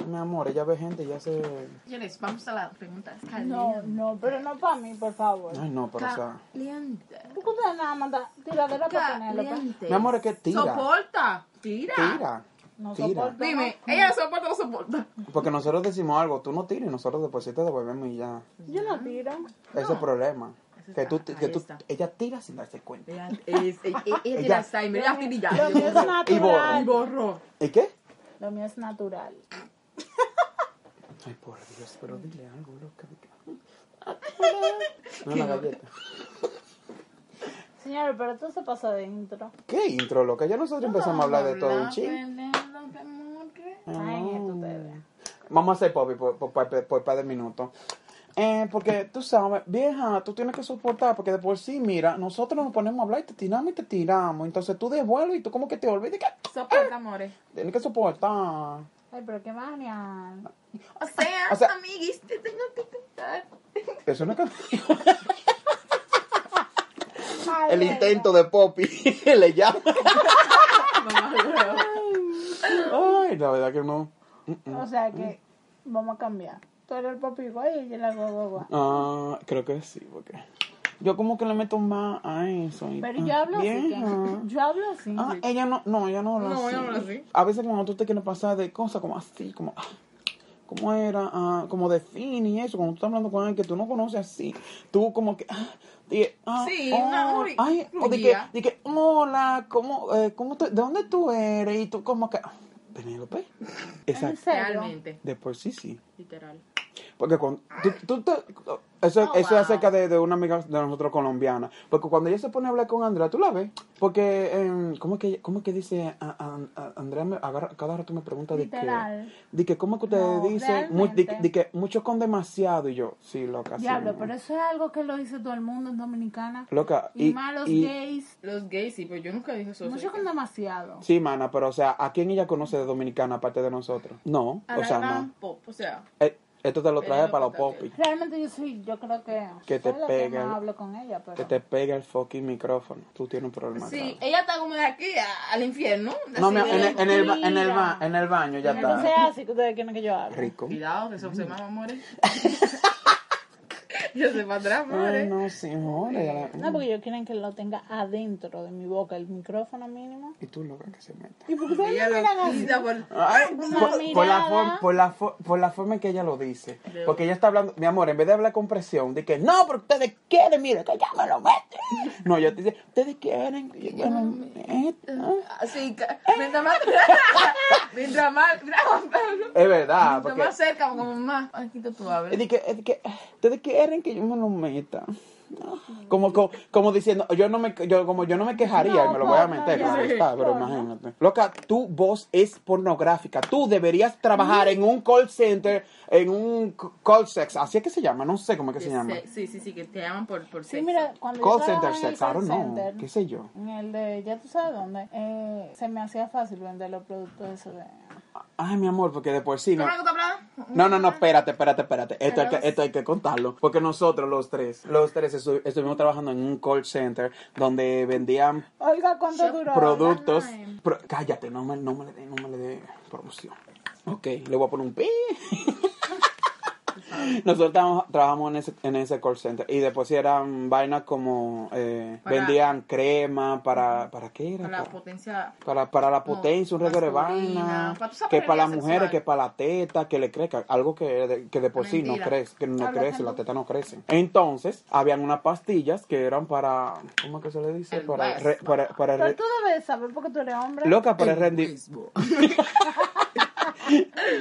Speaker 3: Mi amor, ella ve gente y ya se...
Speaker 2: Señores, vamos a la pregunta.
Speaker 1: No, no, pero no para mí, por favor.
Speaker 3: Ay, no, pero o sea...
Speaker 2: Caliente.
Speaker 1: ¿Por qué ustedes nada más da- tiradera pues. para Penélope?
Speaker 2: Caliente.
Speaker 3: Mi amor, es que tira.
Speaker 2: Soporta. Tira.
Speaker 3: Tira.
Speaker 1: No
Speaker 3: Tira.
Speaker 1: soporto.
Speaker 2: Dime, ella soporta o no soporta.
Speaker 3: Porque nosotros decimos algo, tú no tiras y nosotros después sí te devolvemos y ya.
Speaker 1: Yo no tiro.
Speaker 3: Ese es el problema.
Speaker 2: Eso
Speaker 3: Que
Speaker 2: está,
Speaker 3: tú, ti- que
Speaker 2: ahí
Speaker 3: tú,
Speaker 2: está.
Speaker 3: ella tira sin darse cuenta.
Speaker 2: Ella es, ella, ella tiene Alzheimer, ella tiene ya.
Speaker 1: Lo mío es
Speaker 3: Y borro.
Speaker 1: natural.
Speaker 2: Y borró.
Speaker 3: ¿Y qué?
Speaker 1: Lo mío es natural.
Speaker 3: Ay, por Dios, pero dile algo, loca. No, una galleta.
Speaker 1: Señores, pero tú se pasó de intro.
Speaker 3: ¿Qué intro, loca? Ya nosotros empezamos a hablar de todo un ching.
Speaker 2: ching.
Speaker 1: Ay, esto te ve.
Speaker 3: Vamos a hacer popi por, por, por, por par de minutos. Eh, porque tú sabes, vieja, tú tienes que soportar, porque de por sí, mira, nosotros nos ponemos a hablar y te tiramos y te tiramos. Entonces tú devuelves y tú como que te olvidas que
Speaker 2: Soporta, amores.
Speaker 3: tienes que soportar.
Speaker 1: Ay, pero qué genial.
Speaker 2: O sea,
Speaker 3: O sea-
Speaker 2: amiguis, te tengo que contar.
Speaker 3: Eso no es
Speaker 1: Ay,
Speaker 3: El
Speaker 1: verdad.
Speaker 3: intento de Poppy le llama. Ay, la verdad que no.
Speaker 1: O sea que vamos a cambiar. Tú eres el papi guay y yo la guagua.
Speaker 3: Ah, creo que sí, porque yo como que le meto más a eso. y-
Speaker 1: Pero yo hablo así.
Speaker 3: Vieja.
Speaker 1: que- Yo hablo así.
Speaker 3: Ah, ella no, no, ella no habla
Speaker 2: No,
Speaker 3: así.
Speaker 2: ella no habla así.
Speaker 3: A veces cuando tú te quieres pasar de cosas como así, como, ah, como era, ah, como de fin y eso, cuando tú estás hablando con alguien que tú no conoces así, tú como que, ah, di- ah,
Speaker 2: Sí,
Speaker 3: oh,
Speaker 2: una flu-
Speaker 3: ay, o de que,
Speaker 2: fluidez.
Speaker 3: de que, hola, ¿cómo, eh, cómo tú- ¿de dónde tú eres? Y tú como que, ah, Penélope.
Speaker 1: ¿En
Speaker 3: Exacto.
Speaker 1: serio?
Speaker 2: Realmente.
Speaker 3: De por sí, sí.
Speaker 2: Literal.
Speaker 3: Porque cuando, tú, tú te- eso,
Speaker 1: Oh,
Speaker 3: eso
Speaker 1: wow.
Speaker 3: es acerca de, de una amiga de nosotros colombiana. Porque cuando ella se pone a hablar con Andrea, tú la ves. Porque, em, ¿cómo, es que, ¿cómo es que dice a- a- a- Andrea? Me agarra, cada rato me pregunta de que,
Speaker 1: Literal.
Speaker 3: de que, ¿cómo es que ustedes
Speaker 1: No,
Speaker 3: dicen? Mu- de-
Speaker 1: realmente.
Speaker 3: de que muchos con demasiado. Y yo, sí, loca. sí,
Speaker 1: Diablo,
Speaker 3: no.
Speaker 1: pero eso es algo que lo dice todo el mundo en Dominicana.
Speaker 3: Loca,
Speaker 1: Y,
Speaker 3: y-
Speaker 1: malos
Speaker 3: y-
Speaker 1: gays.
Speaker 2: Los gays, sí, pero yo nunca dije eso.
Speaker 1: Mucho
Speaker 2: soy
Speaker 1: con demasiado.
Speaker 3: Sí, mana, pero o sea, ¿a quién ella conoce de dominicana aparte de nosotros? No,
Speaker 2: gay. A
Speaker 3: o
Speaker 2: la
Speaker 3: sea,
Speaker 2: gran
Speaker 3: no.
Speaker 2: pop, o sea,
Speaker 3: Eh, esto te lo trae
Speaker 2: Pero
Speaker 3: para los
Speaker 2: está bien.
Speaker 3: popis.
Speaker 1: Realmente yo soy, yo creo que.
Speaker 3: Que te
Speaker 1: soy la
Speaker 3: pega
Speaker 1: Que
Speaker 3: el-
Speaker 1: más hablo con ella, pero.
Speaker 3: Que te pega el fucking micrófono. Tú tienes un problema.
Speaker 2: sí,
Speaker 3: grave.
Speaker 2: ella está como de aquí a- al infierno.
Speaker 3: No,
Speaker 2: Así
Speaker 3: mira,
Speaker 2: de-
Speaker 3: en el, en, el, ba- en, el ba- en el baño ya
Speaker 1: Entonces,
Speaker 3: está.
Speaker 1: así que ustedes quieren que yo hable.
Speaker 3: Rico.
Speaker 2: Cuidado, que eso
Speaker 3: Mm.
Speaker 2: se llama amores. yo soy para atrás,
Speaker 3: Ay,
Speaker 2: amores.
Speaker 3: no, señores.
Speaker 1: No, porque ellos quieren que lo tenga adentro de mi boca, el micrófono mínimo.
Speaker 3: Y tú loca que se meta.
Speaker 1: ¿Y por qué ustedes
Speaker 2: Ella
Speaker 1: me
Speaker 2: lo
Speaker 1: miran así?
Speaker 2: quita por-
Speaker 3: Ay,
Speaker 1: Una
Speaker 3: por, por la
Speaker 1: mirada.
Speaker 3: for- por, la for- por la forma en que ella lo dice. Porque ella está hablando, mi amor, en vez de hablar con presión, de que no, porque ustedes quieren, mire, que ya me lo meten. No, ella te dice, ustedes quieren, que yo me lo meta.
Speaker 2: Así que, mientras más. mientras más. mira, Juan Pablo.
Speaker 3: Es verdad,
Speaker 2: Mientras
Speaker 3: Ah, porque.
Speaker 2: más cerca, como más. Aquí tú
Speaker 3: Es
Speaker 2: hablas.
Speaker 3: de que, es de que, ustedes quieren que yo me lo meta. Como, como, como diciendo, yo no me, yo, como yo no me quejaría y me lo voy a meter, claro está, pero imagínate. Loca, tu voz es pornográfica. Tú deberías trabajar en un call center, en un c- call sex, así es que se llama, no sé cómo es que se llama.
Speaker 2: Sí, sí, sí, que te llaman por, por
Speaker 1: Sí,
Speaker 2: sexo.
Speaker 1: mira, cuando
Speaker 3: Call
Speaker 1: yo
Speaker 3: center
Speaker 1: trabajaba en el
Speaker 3: sex, I don't
Speaker 1: call
Speaker 3: know,
Speaker 1: center,
Speaker 3: qué sé yo.
Speaker 1: en el de, ya tú sabes dónde, eh, se me hacía fácil vender los productos esos de...
Speaker 3: Ay, mi amor, porque después sí, no.
Speaker 2: ¿Cómo que tú hablas?
Speaker 3: No, no, no, espérate, espérate, espérate. Esto hay, que, esto hay que contarlo. Porque nosotros los tres, los tres estu- estuvimos trabajando en un call center donde vendían
Speaker 1: Olga, ¿cuánto duró?
Speaker 3: productos. Pro- cállate, no me, no me le dé no me le dé promoción. Ok, le voy a poner un pi. Nosotros estábamos- trabajamos en ese, en ese call center y después sí eran vainas como eh,
Speaker 2: Para-
Speaker 3: vendían crema para para qué era
Speaker 2: Con la
Speaker 3: para,
Speaker 2: potencia.
Speaker 3: para, para la potencia un
Speaker 2: No,
Speaker 3: regalo de
Speaker 2: masculina,
Speaker 3: vaina
Speaker 2: para tus
Speaker 3: que para las
Speaker 2: apariencias
Speaker 3: mujeres que
Speaker 2: sexuales.
Speaker 3: para la teta que le crezca algo que de, que de por sí no
Speaker 2: Mentira.
Speaker 3: crece que no
Speaker 1: Habla
Speaker 3: crece
Speaker 1: tanto.
Speaker 3: la teta no crece entonces habían unas pastillas que eran para cómo es que se le dice
Speaker 2: El
Speaker 3: para
Speaker 2: West,
Speaker 3: re- para, para re-
Speaker 1: Pero tú debes saber porque tú eres hombre.
Speaker 3: Loca, para el, rendi-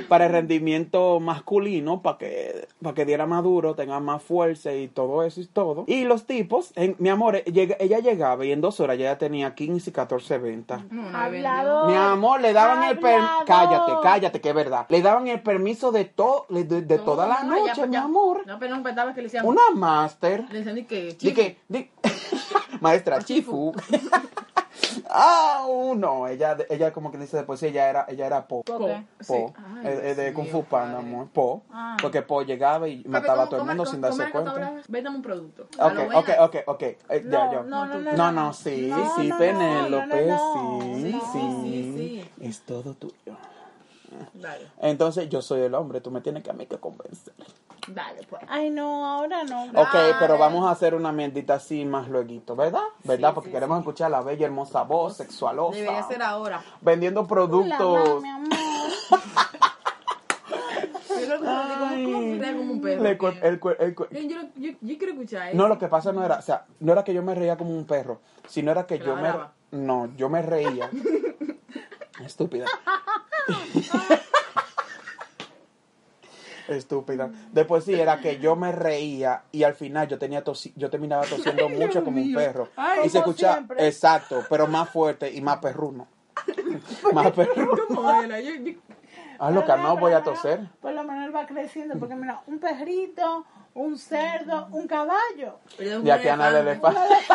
Speaker 3: para el rendimiento masculino, para que, para que diera más duro, tenga más fuerza y todo eso y todo. Y los tipos, en- mi amor, eh, llega- ella llegaba y en dos horas ya tenía 15 y 14 ventas.
Speaker 2: No, no,
Speaker 1: Hablado.
Speaker 3: Mi amor, le daban el permiso.
Speaker 1: Hablador.
Speaker 3: Cállate, cállate, que es verdad. Le daban el permiso de, todo de, de toda la
Speaker 2: no, ya- pues,
Speaker 3: noche, mi
Speaker 2: ya-
Speaker 3: amor.
Speaker 2: No, pero no pensaba que le decían.
Speaker 3: Una máster.
Speaker 2: Le decían de que.
Speaker 3: Di que, di- maestra Chifu. Ah, uh, no, ella, ella como que dice después, ella era, ella era po.
Speaker 1: ¿Por
Speaker 2: Po.
Speaker 1: qué?
Speaker 3: Po,
Speaker 2: Sí. Ay,
Speaker 3: eh, eh, de
Speaker 2: Dios
Speaker 3: Kung
Speaker 2: mío,
Speaker 3: Fu Panda,
Speaker 2: padre.
Speaker 3: amor, Po,
Speaker 1: Ah.
Speaker 3: porque Po llegaba y
Speaker 2: Papi,
Speaker 3: mataba a
Speaker 2: ¿cómo-
Speaker 3: todo el
Speaker 2: cómo-
Speaker 3: mundo
Speaker 2: cómo-
Speaker 3: sin
Speaker 2: cómo
Speaker 3: darse
Speaker 2: era que tú
Speaker 3: cuenta.
Speaker 2: hablabas? Véndame un producto. A
Speaker 3: Ok,
Speaker 2: lo buena.
Speaker 3: ok, ok, ok, eh, ya,
Speaker 1: No,
Speaker 3: yo.
Speaker 1: no, no, no,
Speaker 3: no,
Speaker 1: no.
Speaker 3: no, sí,
Speaker 1: No,
Speaker 3: sí,
Speaker 1: no, no,
Speaker 3: Penélope,
Speaker 1: no, no, no.
Speaker 3: sí,
Speaker 1: No,
Speaker 3: sí,
Speaker 2: sí,
Speaker 3: es todo tuyo.
Speaker 2: Dale,
Speaker 3: Entonces, yo soy el hombre, tú me tienes que a mí que convencer.
Speaker 2: dale, pues.
Speaker 1: Ay, no, ahora no.
Speaker 3: Ok, pero vamos a hacer una mierdita así más luego, ¿verdad? ¿Verdad? Porque queremos escuchar la bella, hermosa voz sexualosa.
Speaker 2: Debería ser ahora.
Speaker 3: Vendiendo
Speaker 1: La mamá,
Speaker 3: productos.
Speaker 1: mi amor.
Speaker 2: Yo creo que te digo, ¿cómo se ríe como un perro?
Speaker 3: Le cu- el cu- el cu-
Speaker 2: Yo, yo, yo- yo quiero escuchar eso.
Speaker 3: No, lo que pasa no era, o sea, no era que yo me reía como un perro, sino era que
Speaker 2: Que
Speaker 3: yo me
Speaker 2: ladraba.
Speaker 3: no, yo me reía. Estúpida. Estúpida. Después sí era que yo me reía y al final yo tenía tosi- yo terminaba tosiendo mucho como un perro
Speaker 2: Ay,
Speaker 3: y se
Speaker 1: como
Speaker 3: escuchaba
Speaker 1: siempre.
Speaker 3: exacto, pero más fuerte y más perruno. más perruno.
Speaker 2: ¿Cómo era? Yo, yo,
Speaker 3: Ah, loca,
Speaker 1: Pero mira,
Speaker 3: no voy a
Speaker 1: por lo menos-
Speaker 3: toser.
Speaker 1: Por lo menos va creciendo, porque mira, un perrito, un cerdo, un caballo.
Speaker 3: De aquí a nada el elefante.
Speaker 1: un elefante.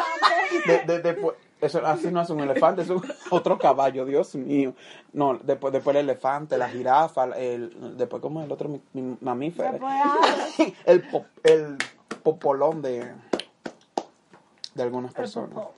Speaker 3: de, de- después- eso así no es un elefante, es un- otro caballo, Dios mío. No, después, después el elefante, la jirafa, el, después como el otro mi- mi- mamífero.
Speaker 1: Después aves.
Speaker 2: ah.
Speaker 3: El, pop- el popolón de, de algunas personas.
Speaker 1: popó.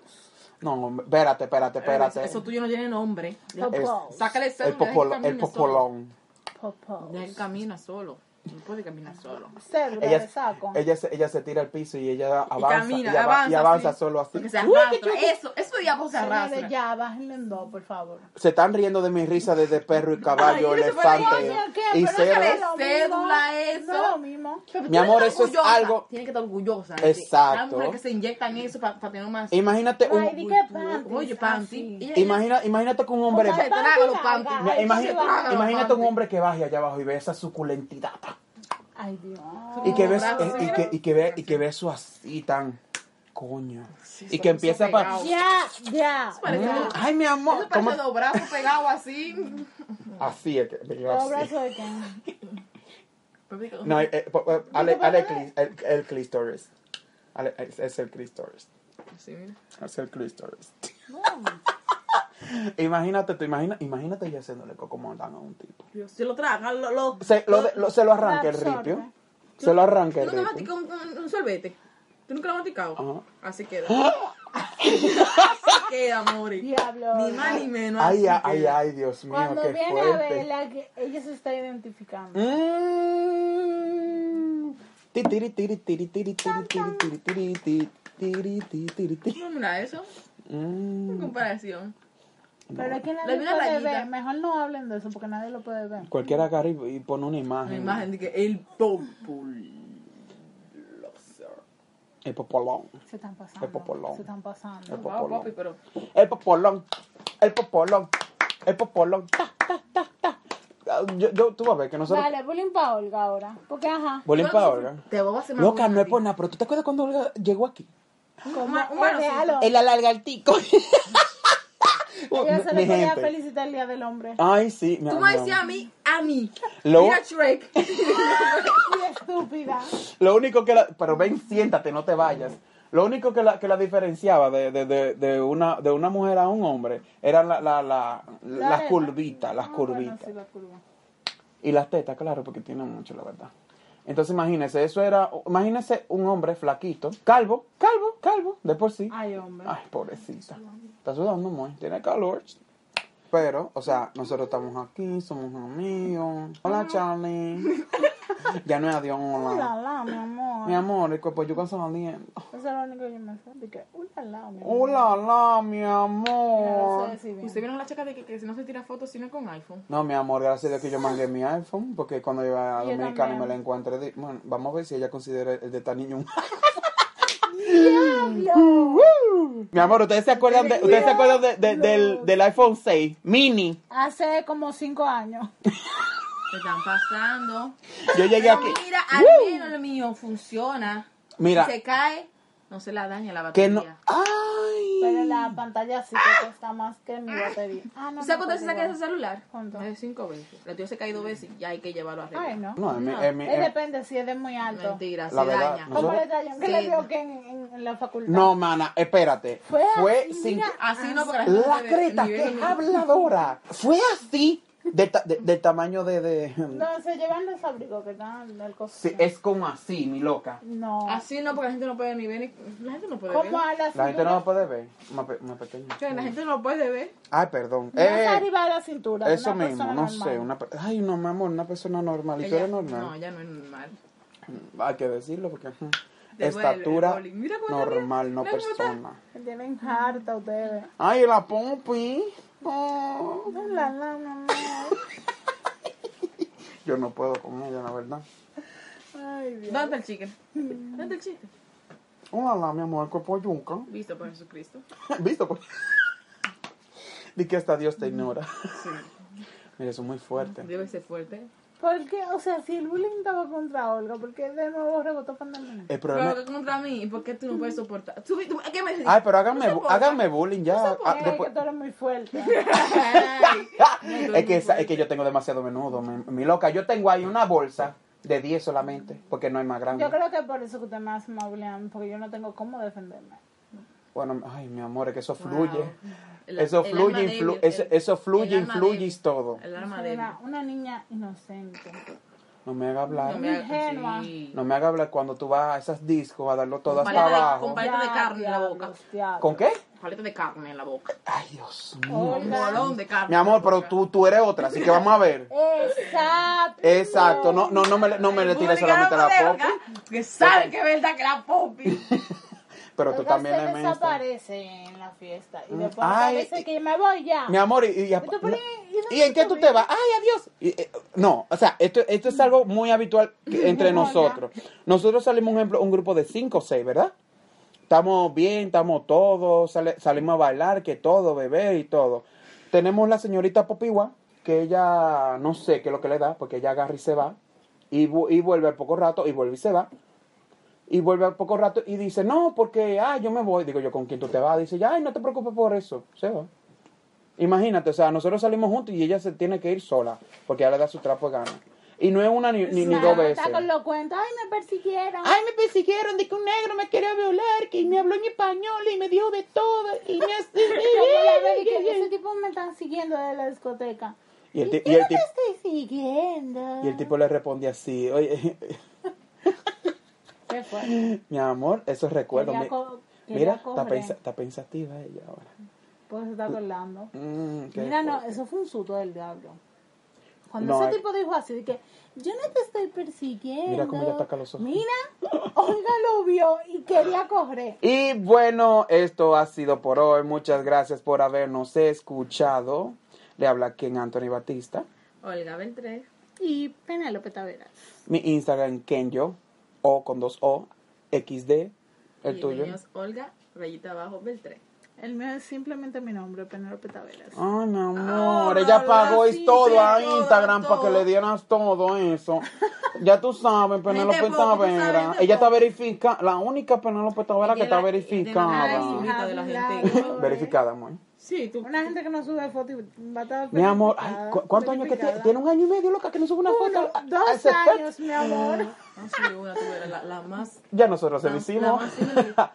Speaker 3: No, espérate, espérate, espérate.
Speaker 2: Eso tuyo no tiene nombre. Ya.
Speaker 1: Popó.
Speaker 3: Es-
Speaker 2: Sácale el
Speaker 3: el,
Speaker 2: cédula, deja que
Speaker 3: popolo- el
Speaker 2: camine solo.
Speaker 3: popolón.
Speaker 1: Popó.
Speaker 2: Deja que camina solo. No puede caminar solo.
Speaker 1: Cédula
Speaker 3: Ella,
Speaker 1: de saco.
Speaker 3: ella, se, ella se tira al piso y ella
Speaker 2: Y
Speaker 3: avanza. Y,
Speaker 2: camina,
Speaker 3: ava- y
Speaker 2: avanza,
Speaker 3: avanza
Speaker 2: sí.
Speaker 3: solo así.
Speaker 2: Porque se
Speaker 3: Uy, qué
Speaker 2: arrastra.
Speaker 3: chulo.
Speaker 2: Eso, eso diablo se
Speaker 1: Señores,
Speaker 2: arrastra.
Speaker 1: ya, bájenle en dos, por favor.
Speaker 3: Se están riendo de mi risa desde perro y caballo,
Speaker 2: Ay, eso fue
Speaker 3: elefante
Speaker 1: Coño, ¿qué?
Speaker 3: y
Speaker 1: Pero no es
Speaker 3: cerdo.
Speaker 1: que no es lo mismo.
Speaker 2: Cédula, eso.
Speaker 1: No es lo mismo.
Speaker 2: Pero
Speaker 3: Mi
Speaker 2: tú
Speaker 3: amor,
Speaker 2: eres
Speaker 3: eso es
Speaker 2: orgullosa.
Speaker 3: algo-
Speaker 2: Tienes que estar orgullosa.
Speaker 3: Exacto.
Speaker 2: Hay mujeres que se inyectan eso para tener más.
Speaker 3: Imagínate un,
Speaker 1: Ay, di que panties,
Speaker 2: Oye,
Speaker 1: así.
Speaker 2: panty. Ella-
Speaker 3: imagina, imagínate con un hombre.
Speaker 1: O sea,
Speaker 2: Se
Speaker 3: va-
Speaker 2: traga los
Speaker 1: Panty larga,
Speaker 2: panty.
Speaker 3: mira,
Speaker 1: ay,
Speaker 3: imagina-
Speaker 1: sí,
Speaker 2: Se traga los
Speaker 3: imagínate un
Speaker 2: panty.
Speaker 3: hombre que baje allá abajo y ve esa suculentidad.
Speaker 1: Ay, Dios.
Speaker 3: Y que ves,
Speaker 2: brazos,
Speaker 3: y, y que, y que ve, y que ve eso así tan coño. y que
Speaker 2: eso-
Speaker 3: empieza
Speaker 2: eso
Speaker 3: para.
Speaker 2: pegado.
Speaker 1: Ya, ya.
Speaker 3: Ay, mi amor.
Speaker 2: Eso parece
Speaker 3: ¿cómo?
Speaker 2: dos brazos pegados así.
Speaker 3: Así es que. yo
Speaker 1: Los
Speaker 3: así.
Speaker 1: brazos de Ken.
Speaker 3: No, eh, eh, po- eh, Ale, Ale Clis- el, el Clis Torres. Ale- es, es el Clis Torres.
Speaker 2: Así, mira.
Speaker 3: Es el Clis Torres. imagínate, tú, imagina, imagínate yo haciéndole coco montano a un tipo.
Speaker 2: Dios, se lo traga, lo, lo-
Speaker 3: Se lo, de- lo- se lo arranca el
Speaker 1: Absorbe.
Speaker 3: ripio. Se lo arranca
Speaker 2: Tú
Speaker 3: el
Speaker 2: nunca has
Speaker 3: ripio.
Speaker 2: masticado un, un- un sorbete. Tú nunca lo has masticado.
Speaker 3: Ajá.
Speaker 2: Así queda. así queda, amores.
Speaker 1: Diablo.
Speaker 2: Ni más ni menos.
Speaker 3: Ay,
Speaker 2: así
Speaker 3: ay, ay,
Speaker 2: queda.
Speaker 3: ay, Dios mío,
Speaker 1: Cuando
Speaker 3: qué
Speaker 1: viene a
Speaker 3: fuerte.
Speaker 1: verla, que ella se está identificando.
Speaker 3: Mm. Ti, tiri, tiri, tiri, tiri, tiri, tiri, tiri, tiri, ti, tiri, ti, tiri, ti.
Speaker 2: No, mira eso.
Speaker 3: Mm.
Speaker 2: En comparación.
Speaker 1: Pero que
Speaker 2: Le
Speaker 1: nadie
Speaker 2: vi una
Speaker 1: puede
Speaker 2: rayita.
Speaker 1: ver. Mejor no hablen de eso porque nadie lo puede ver.
Speaker 3: Cualquiera agarra y, y pone una
Speaker 2: Una
Speaker 3: imagen.
Speaker 2: imagen de que el populoso.
Speaker 3: El popolón.
Speaker 1: Se están pasando.
Speaker 3: Es popolón.
Speaker 1: Se están pasando.
Speaker 3: Es
Speaker 2: Wow,
Speaker 3: popolón.
Speaker 2: papi, pero
Speaker 3: El popolón. El popolón. El popolón. Ta, ta, ta, ta. Ah, Yo, yo, tú vas a ver que nosotros.
Speaker 1: Dale, bullying pa' Olga ahora. Porque ajá.
Speaker 3: Bolín para Olga.
Speaker 2: te voy a hacer más
Speaker 3: Loca,
Speaker 2: buena
Speaker 3: no
Speaker 2: a
Speaker 3: es
Speaker 2: ti.
Speaker 3: por nada, pero tú te acuerdas cuando Olga llegó aquí.
Speaker 2: Un ma- un marocito.
Speaker 1: Déjalo.
Speaker 3: El alargaltico.
Speaker 1: Ella se le
Speaker 3: Oh, Mi
Speaker 1: podía
Speaker 3: gente.
Speaker 1: felicitar el día del hombre.
Speaker 3: Ay, sí, mi
Speaker 2: Tú
Speaker 3: amor.
Speaker 2: me decías a mí, a mí.
Speaker 3: Lo-
Speaker 2: Mira Shrek.
Speaker 1: Y estúpida.
Speaker 3: Lo único que la... Pero ven, siéntate, no te vayas. Lo único que la, que la diferenciaba de, de, de, de una, de una mujer a un hombre eran la, la, la, las
Speaker 1: Dale.
Speaker 3: curvitas, las
Speaker 1: Ah,
Speaker 3: curvitas.
Speaker 1: bueno, sí, la curva.
Speaker 3: Y las tetas, claro, porque tienen mucho, la verdad. Entonces imagínese, eso era... Imagínese un hombre flaquito, calvo, calvo, calvo, de por sí.
Speaker 1: Ay, hombre.
Speaker 3: Ay, pobrecita. Está sudando, muy. Tiene calor. Pero, o sea, nosotros estamos aquí, somos amigos. Hola, Charlie. ya no es adiós, Ah. hola.
Speaker 1: Ulala, mi amor.
Speaker 3: Mi amor, el cuerpo yuca saliendo.
Speaker 1: Eso es lo único que yo me sé. De que, ulala, mi amor.
Speaker 3: Hola, la, mi
Speaker 1: No sé
Speaker 3: amor.
Speaker 1: si bien.
Speaker 2: Usted vieron la chaca de que, que si no se tira fotos, sino con iPhone.
Speaker 3: No, mi amor, gracias a Dios que yo mangué mi iPhone, porque cuando yo vaya a
Speaker 1: Yo
Speaker 3: Dominicana y me
Speaker 1: también.
Speaker 3: la encuentre, di- bueno, vamos a ver si ella considera el de esta niña un... mi amor, ¿ustedes se acuerdan, de, ¿ustedes se acuerdan de- de- del, del iPhone 6 mini?
Speaker 1: Hace como cinco años.
Speaker 2: Se están pasando.
Speaker 3: Yo llegué
Speaker 2: Pero
Speaker 3: aquí.
Speaker 2: Mira, al menos el mío funciona.
Speaker 3: Mira.
Speaker 2: Si se cae, no se la daña la
Speaker 3: Que
Speaker 2: batería.
Speaker 3: no... ¡Ay!
Speaker 1: Pero la pantalla sí que cuesta más que mi batería. Ah, no.
Speaker 2: ¿Usted cuántas
Speaker 1: no,
Speaker 2: veces
Speaker 1: pues
Speaker 2: se cae
Speaker 1: igual.
Speaker 2: ese celular?
Speaker 1: ¿Cuánto?
Speaker 2: Más de cinco veces. La tuya se cae dos veces y ya hay que llevarlo arriba.
Speaker 1: Ay, no.
Speaker 3: No, en mi-
Speaker 2: No,
Speaker 3: en mi-
Speaker 1: Es
Speaker 3: en-
Speaker 1: depende si es de muy alto.
Speaker 2: Mentira,
Speaker 3: La
Speaker 2: se
Speaker 3: verdad,
Speaker 2: daña.
Speaker 3: no.
Speaker 1: ¿Cómo
Speaker 3: Nosotros-
Speaker 1: le talló? ¿Qué
Speaker 2: Sí.
Speaker 1: le dio que en, en- en la facultad?
Speaker 3: No, mana, espérate. Fue,
Speaker 1: Fue así,
Speaker 3: sin...
Speaker 1: mira.
Speaker 2: Así no, porque "Ah, la gente
Speaker 3: La
Speaker 2: ve-
Speaker 3: creta,
Speaker 2: ni ve
Speaker 3: qué
Speaker 2: ni-
Speaker 3: habladora. Fue así. De ta- de- del tamaño de... de...
Speaker 1: No, se llevan los abrigos que están del
Speaker 3: Sí,
Speaker 1: cosito.
Speaker 3: es como así, mi loca.
Speaker 1: No.
Speaker 2: Así no, porque la gente no puede ni ver. ni- La gente no puede ver.
Speaker 1: Como a las
Speaker 3: La gente no me puede ver. Más, pe- más pequeña.
Speaker 2: Che, La gente no puede ver.
Speaker 3: Ay, perdón.
Speaker 1: No está
Speaker 3: Eh,
Speaker 1: arriba de la cintura.
Speaker 3: eso
Speaker 1: una
Speaker 3: mismo,
Speaker 1: persona
Speaker 3: no
Speaker 1: normal.
Speaker 3: sé. Una, per- ay, no, mi amor, una persona normal. ¿Y tú
Speaker 2: Ella-
Speaker 3: eres
Speaker 2: no,
Speaker 3: normal? Mm,
Speaker 2: ya no es normal.
Speaker 3: Hay que decirlo porque. ujú,
Speaker 2: Te
Speaker 3: Estatura
Speaker 2: duele, Oli. Mira cómo te
Speaker 3: normal, no
Speaker 2: Mira cómo está.
Speaker 3: persona.
Speaker 1: Tienen harta ustedes.
Speaker 3: Ay, la pompi. Oh.
Speaker 1: La, la, mi amor.
Speaker 3: Yo no puedo con ella, la verdad.
Speaker 1: Ay, Dios.
Speaker 2: ¿Dónde está el chicken? ¿Dónde está el chicken?
Speaker 3: Hola, mi amor, cuerpo yunca.
Speaker 2: Visto por Jesucristo.
Speaker 3: ¿Visto? Pues? Di que hasta
Speaker 2: Mm,
Speaker 3: Dios te ignora. Mira, eso es muy fuerte.
Speaker 2: Debe ser fuerte.
Speaker 1: ¿Por qué? O sea, si el bullying estaba contra Olga, ¿por qué de nuevo rebotó Pandemia?
Speaker 3: El problema.
Speaker 2: Pero que contra mí, ¿por qué tú no puedes soportar? ¿Tú, tú, ¿Qué me dices?
Speaker 3: Ay, pero háganme,
Speaker 2: No
Speaker 3: bu-
Speaker 2: soporta.
Speaker 3: háganme bullying ya. Ah,
Speaker 1: Ay,
Speaker 3: después-
Speaker 1: que tú eres muy fuerte.
Speaker 2: Ay, no,
Speaker 3: es que,
Speaker 2: no
Speaker 3: esa-
Speaker 2: puedo.
Speaker 3: es que yo tengo demasiado menudo, mi, mi loca. Yo tengo ahí una bolsa de 10 solamente, porque no hay más grande.
Speaker 1: Yo creo que por eso que usted me hace más bullying, porque yo no tengo cómo defenderme.
Speaker 3: Bueno, ay, mi amor, es que eso
Speaker 2: Wow.
Speaker 3: fluye.
Speaker 2: El-
Speaker 3: Eso
Speaker 2: el
Speaker 3: fluye,
Speaker 2: alma
Speaker 3: influ-
Speaker 2: débil,
Speaker 3: eso-
Speaker 2: el-
Speaker 3: eso fluye,
Speaker 2: el alma
Speaker 3: influye
Speaker 2: débil,
Speaker 3: todo.
Speaker 2: El
Speaker 1: Soy
Speaker 2: arma
Speaker 1: Una,
Speaker 2: débil.
Speaker 1: una niña inocente.
Speaker 3: No me haga hablar.
Speaker 2: No me hagas-
Speaker 1: Ingenua.
Speaker 2: sí.
Speaker 3: No me haga hablar cuando tú vas a esas discos a darlo todo hasta
Speaker 2: Paleta de-
Speaker 3: abajo.
Speaker 2: con paleta de carne en la boca.
Speaker 1: Diablos, diablos.
Speaker 3: ¿Con qué?
Speaker 2: Paleta de carne en la boca.
Speaker 3: Ay, Dios mío.
Speaker 2: Un bolón
Speaker 1: Olga.
Speaker 2: de carne.
Speaker 3: Mi amor,
Speaker 2: en la
Speaker 3: pero
Speaker 2: boca.
Speaker 3: tú, tú eres otra, así que vamos a ver.
Speaker 1: Exacto.
Speaker 3: Exacto, no, no, no me, le- no me le tires solamente a la
Speaker 2: Vulgar
Speaker 3: pop,
Speaker 2: Olga, Que sabe que es verdad que la popi.
Speaker 3: pero tú
Speaker 1: Olga
Speaker 3: también
Speaker 1: se
Speaker 3: eres mixta.
Speaker 1: desaparece en la fiesta. Y después
Speaker 3: Ay.
Speaker 1: parece que me voy ya.
Speaker 3: Mi amor, y, y- y-
Speaker 1: tú pones- y no
Speaker 3: ¿y en qué tú te vas? ¡Ay, adiós! Y, eh, no, o sea, esto, esto es algo muy habitual que- entre nosotros. Nosotros salimos, un ejemplo, un grupo de cinco o seis, ¿verdad? Estamos bien, estamos todos, sale- salimos a bailar, que todo, bebé y todo. Tenemos la señorita Popiwa, que ella, no sé qué es lo que le da, porque ella agarra y se va. Y, vu- y vuelve al poco rato y vuelve y se va. Y vuelve al poco rato y dice, no, porque, ah, yo me voy. Digo yo, ¿con quién tú te vas? Dice, ya, ay, no te preocupes por eso. Se va. Imagínate, o sea, nosotros salimos juntos y ella se tiene que ir sola, porque ahora da su trapo de gana. Y no es una ni, ni, ni dos
Speaker 1: Claro,
Speaker 3: veces.
Speaker 1: Está con los cuentos. Ay, me
Speaker 2: Ah,
Speaker 1: persiguieron.
Speaker 3: Ay, me persiguieron de que un negro me quería violar, que me habló en español y me dijo de todo. Y, me
Speaker 1: Yo voy a ver que ese tipo me están siguiendo de la discoteca.
Speaker 3: Y el ti-
Speaker 1: yo
Speaker 3: y el
Speaker 1: no te
Speaker 3: tip-
Speaker 1: estoy siguiendo.
Speaker 3: y el tipo le responde así, oye,
Speaker 1: Se fue.
Speaker 3: mi amor, esos recuerdos.
Speaker 1: Quería
Speaker 3: mi-
Speaker 1: co- quería
Speaker 3: Mira, está,
Speaker 1: cobre.
Speaker 3: pensa- está pensativa ella ahora.
Speaker 1: Pues se está acordando.
Speaker 3: Mm, qué
Speaker 1: Mira, no,
Speaker 3: fuerte.
Speaker 1: eso fue un susto del diablo. Cuando
Speaker 3: No,
Speaker 1: ese
Speaker 3: eh.
Speaker 1: tipo dijo así, de que yo no te estoy persiguiendo.
Speaker 3: Mira cómo ella ataca los ojos.
Speaker 1: Mira, Olga lo vio y quería correr.
Speaker 3: Y bueno, esto ha sido por hoy. Muchas gracias por habernos escuchado. Le habla quien Anthony Batista.
Speaker 5: Olga Beltré.
Speaker 1: Y Penélope Taveras.
Speaker 3: Mi Instagram Kenyo, O con dos O, XD, el
Speaker 5: y
Speaker 3: tuyo.
Speaker 5: mío es Olga, rayita abajo, Beltré.
Speaker 1: El mío es simplemente mi nombre, Penélope Taveras.
Speaker 3: Ay, mi
Speaker 5: Ah,
Speaker 3: amor, ella pagó
Speaker 5: ahora sí,
Speaker 3: es todo a
Speaker 5: sí, todo,
Speaker 3: Instagram para
Speaker 5: todo.
Speaker 3: que le dieran todo eso. Ya tú sabes, Penélope
Speaker 5: poco, tú sabes,
Speaker 3: Tavera.
Speaker 5: vente
Speaker 3: Ella está
Speaker 5: poco.
Speaker 3: verificada, la única Penélope Tavera que
Speaker 5: Y de la-
Speaker 3: está
Speaker 5: y de la-
Speaker 1: Ay,
Speaker 3: verificada.
Speaker 5: Ay, de la gente.
Speaker 1: habladores.
Speaker 3: Verificada, amor.
Speaker 5: Sí, tú.
Speaker 1: Una gente que no sube fotos y va a estar
Speaker 3: Mi amor, ay,
Speaker 1: verificada,
Speaker 3: ¿cu- ¿cuántos años que tiene?
Speaker 1: verificada.
Speaker 3: Tiene un año y medio, loca, que no sube una foto.
Speaker 1: Uno,
Speaker 3: a- a
Speaker 1: dos
Speaker 3: ese efecto.
Speaker 1: años, mi amor.
Speaker 5: No, Ah, sí, una, tú eres la, la más.
Speaker 3: Ya nosotros se lo
Speaker 5: La-
Speaker 3: hicimos.
Speaker 5: la más inolvidable.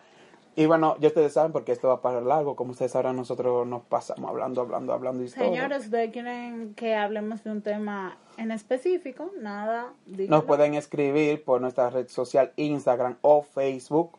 Speaker 3: Y bueno, ya ustedes saben porque esto va para largo. Como ustedes sabrán, nosotros nos pasamos hablando, hablando, hablando y todo.
Speaker 1: Señores, ustedes quieren que hablemos de un tema en específico, nada. díganlo.
Speaker 3: Nos pueden escribir por nuestra red social Instagram o Facebook.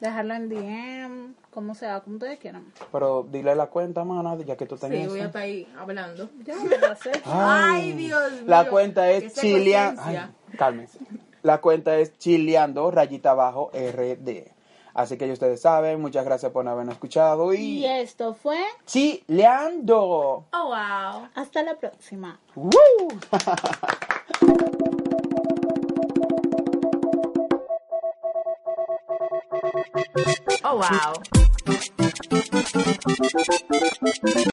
Speaker 1: Dejarlo en DM, como sea, como ustedes quieran.
Speaker 3: Pero dile la cuenta, mana, ya que tú tenés.
Speaker 5: Sí, voy a
Speaker 3: eso.
Speaker 5: estar ahí hablando.
Speaker 1: Ya, me lo sé.
Speaker 5: Ay, Dios mío.
Speaker 3: La cuenta es
Speaker 5: Esa
Speaker 3: chileando.
Speaker 5: conciencia.
Speaker 3: Cálmense. La cuenta es chileando rayita abajo RD. Así que ya ustedes saben, muchas gracias por habernos escuchado y
Speaker 1: Y esto fue.
Speaker 3: chileando.
Speaker 5: Oh, wow.
Speaker 1: Hasta la próxima.
Speaker 3: ¡Woo!
Speaker 5: Oh, wow.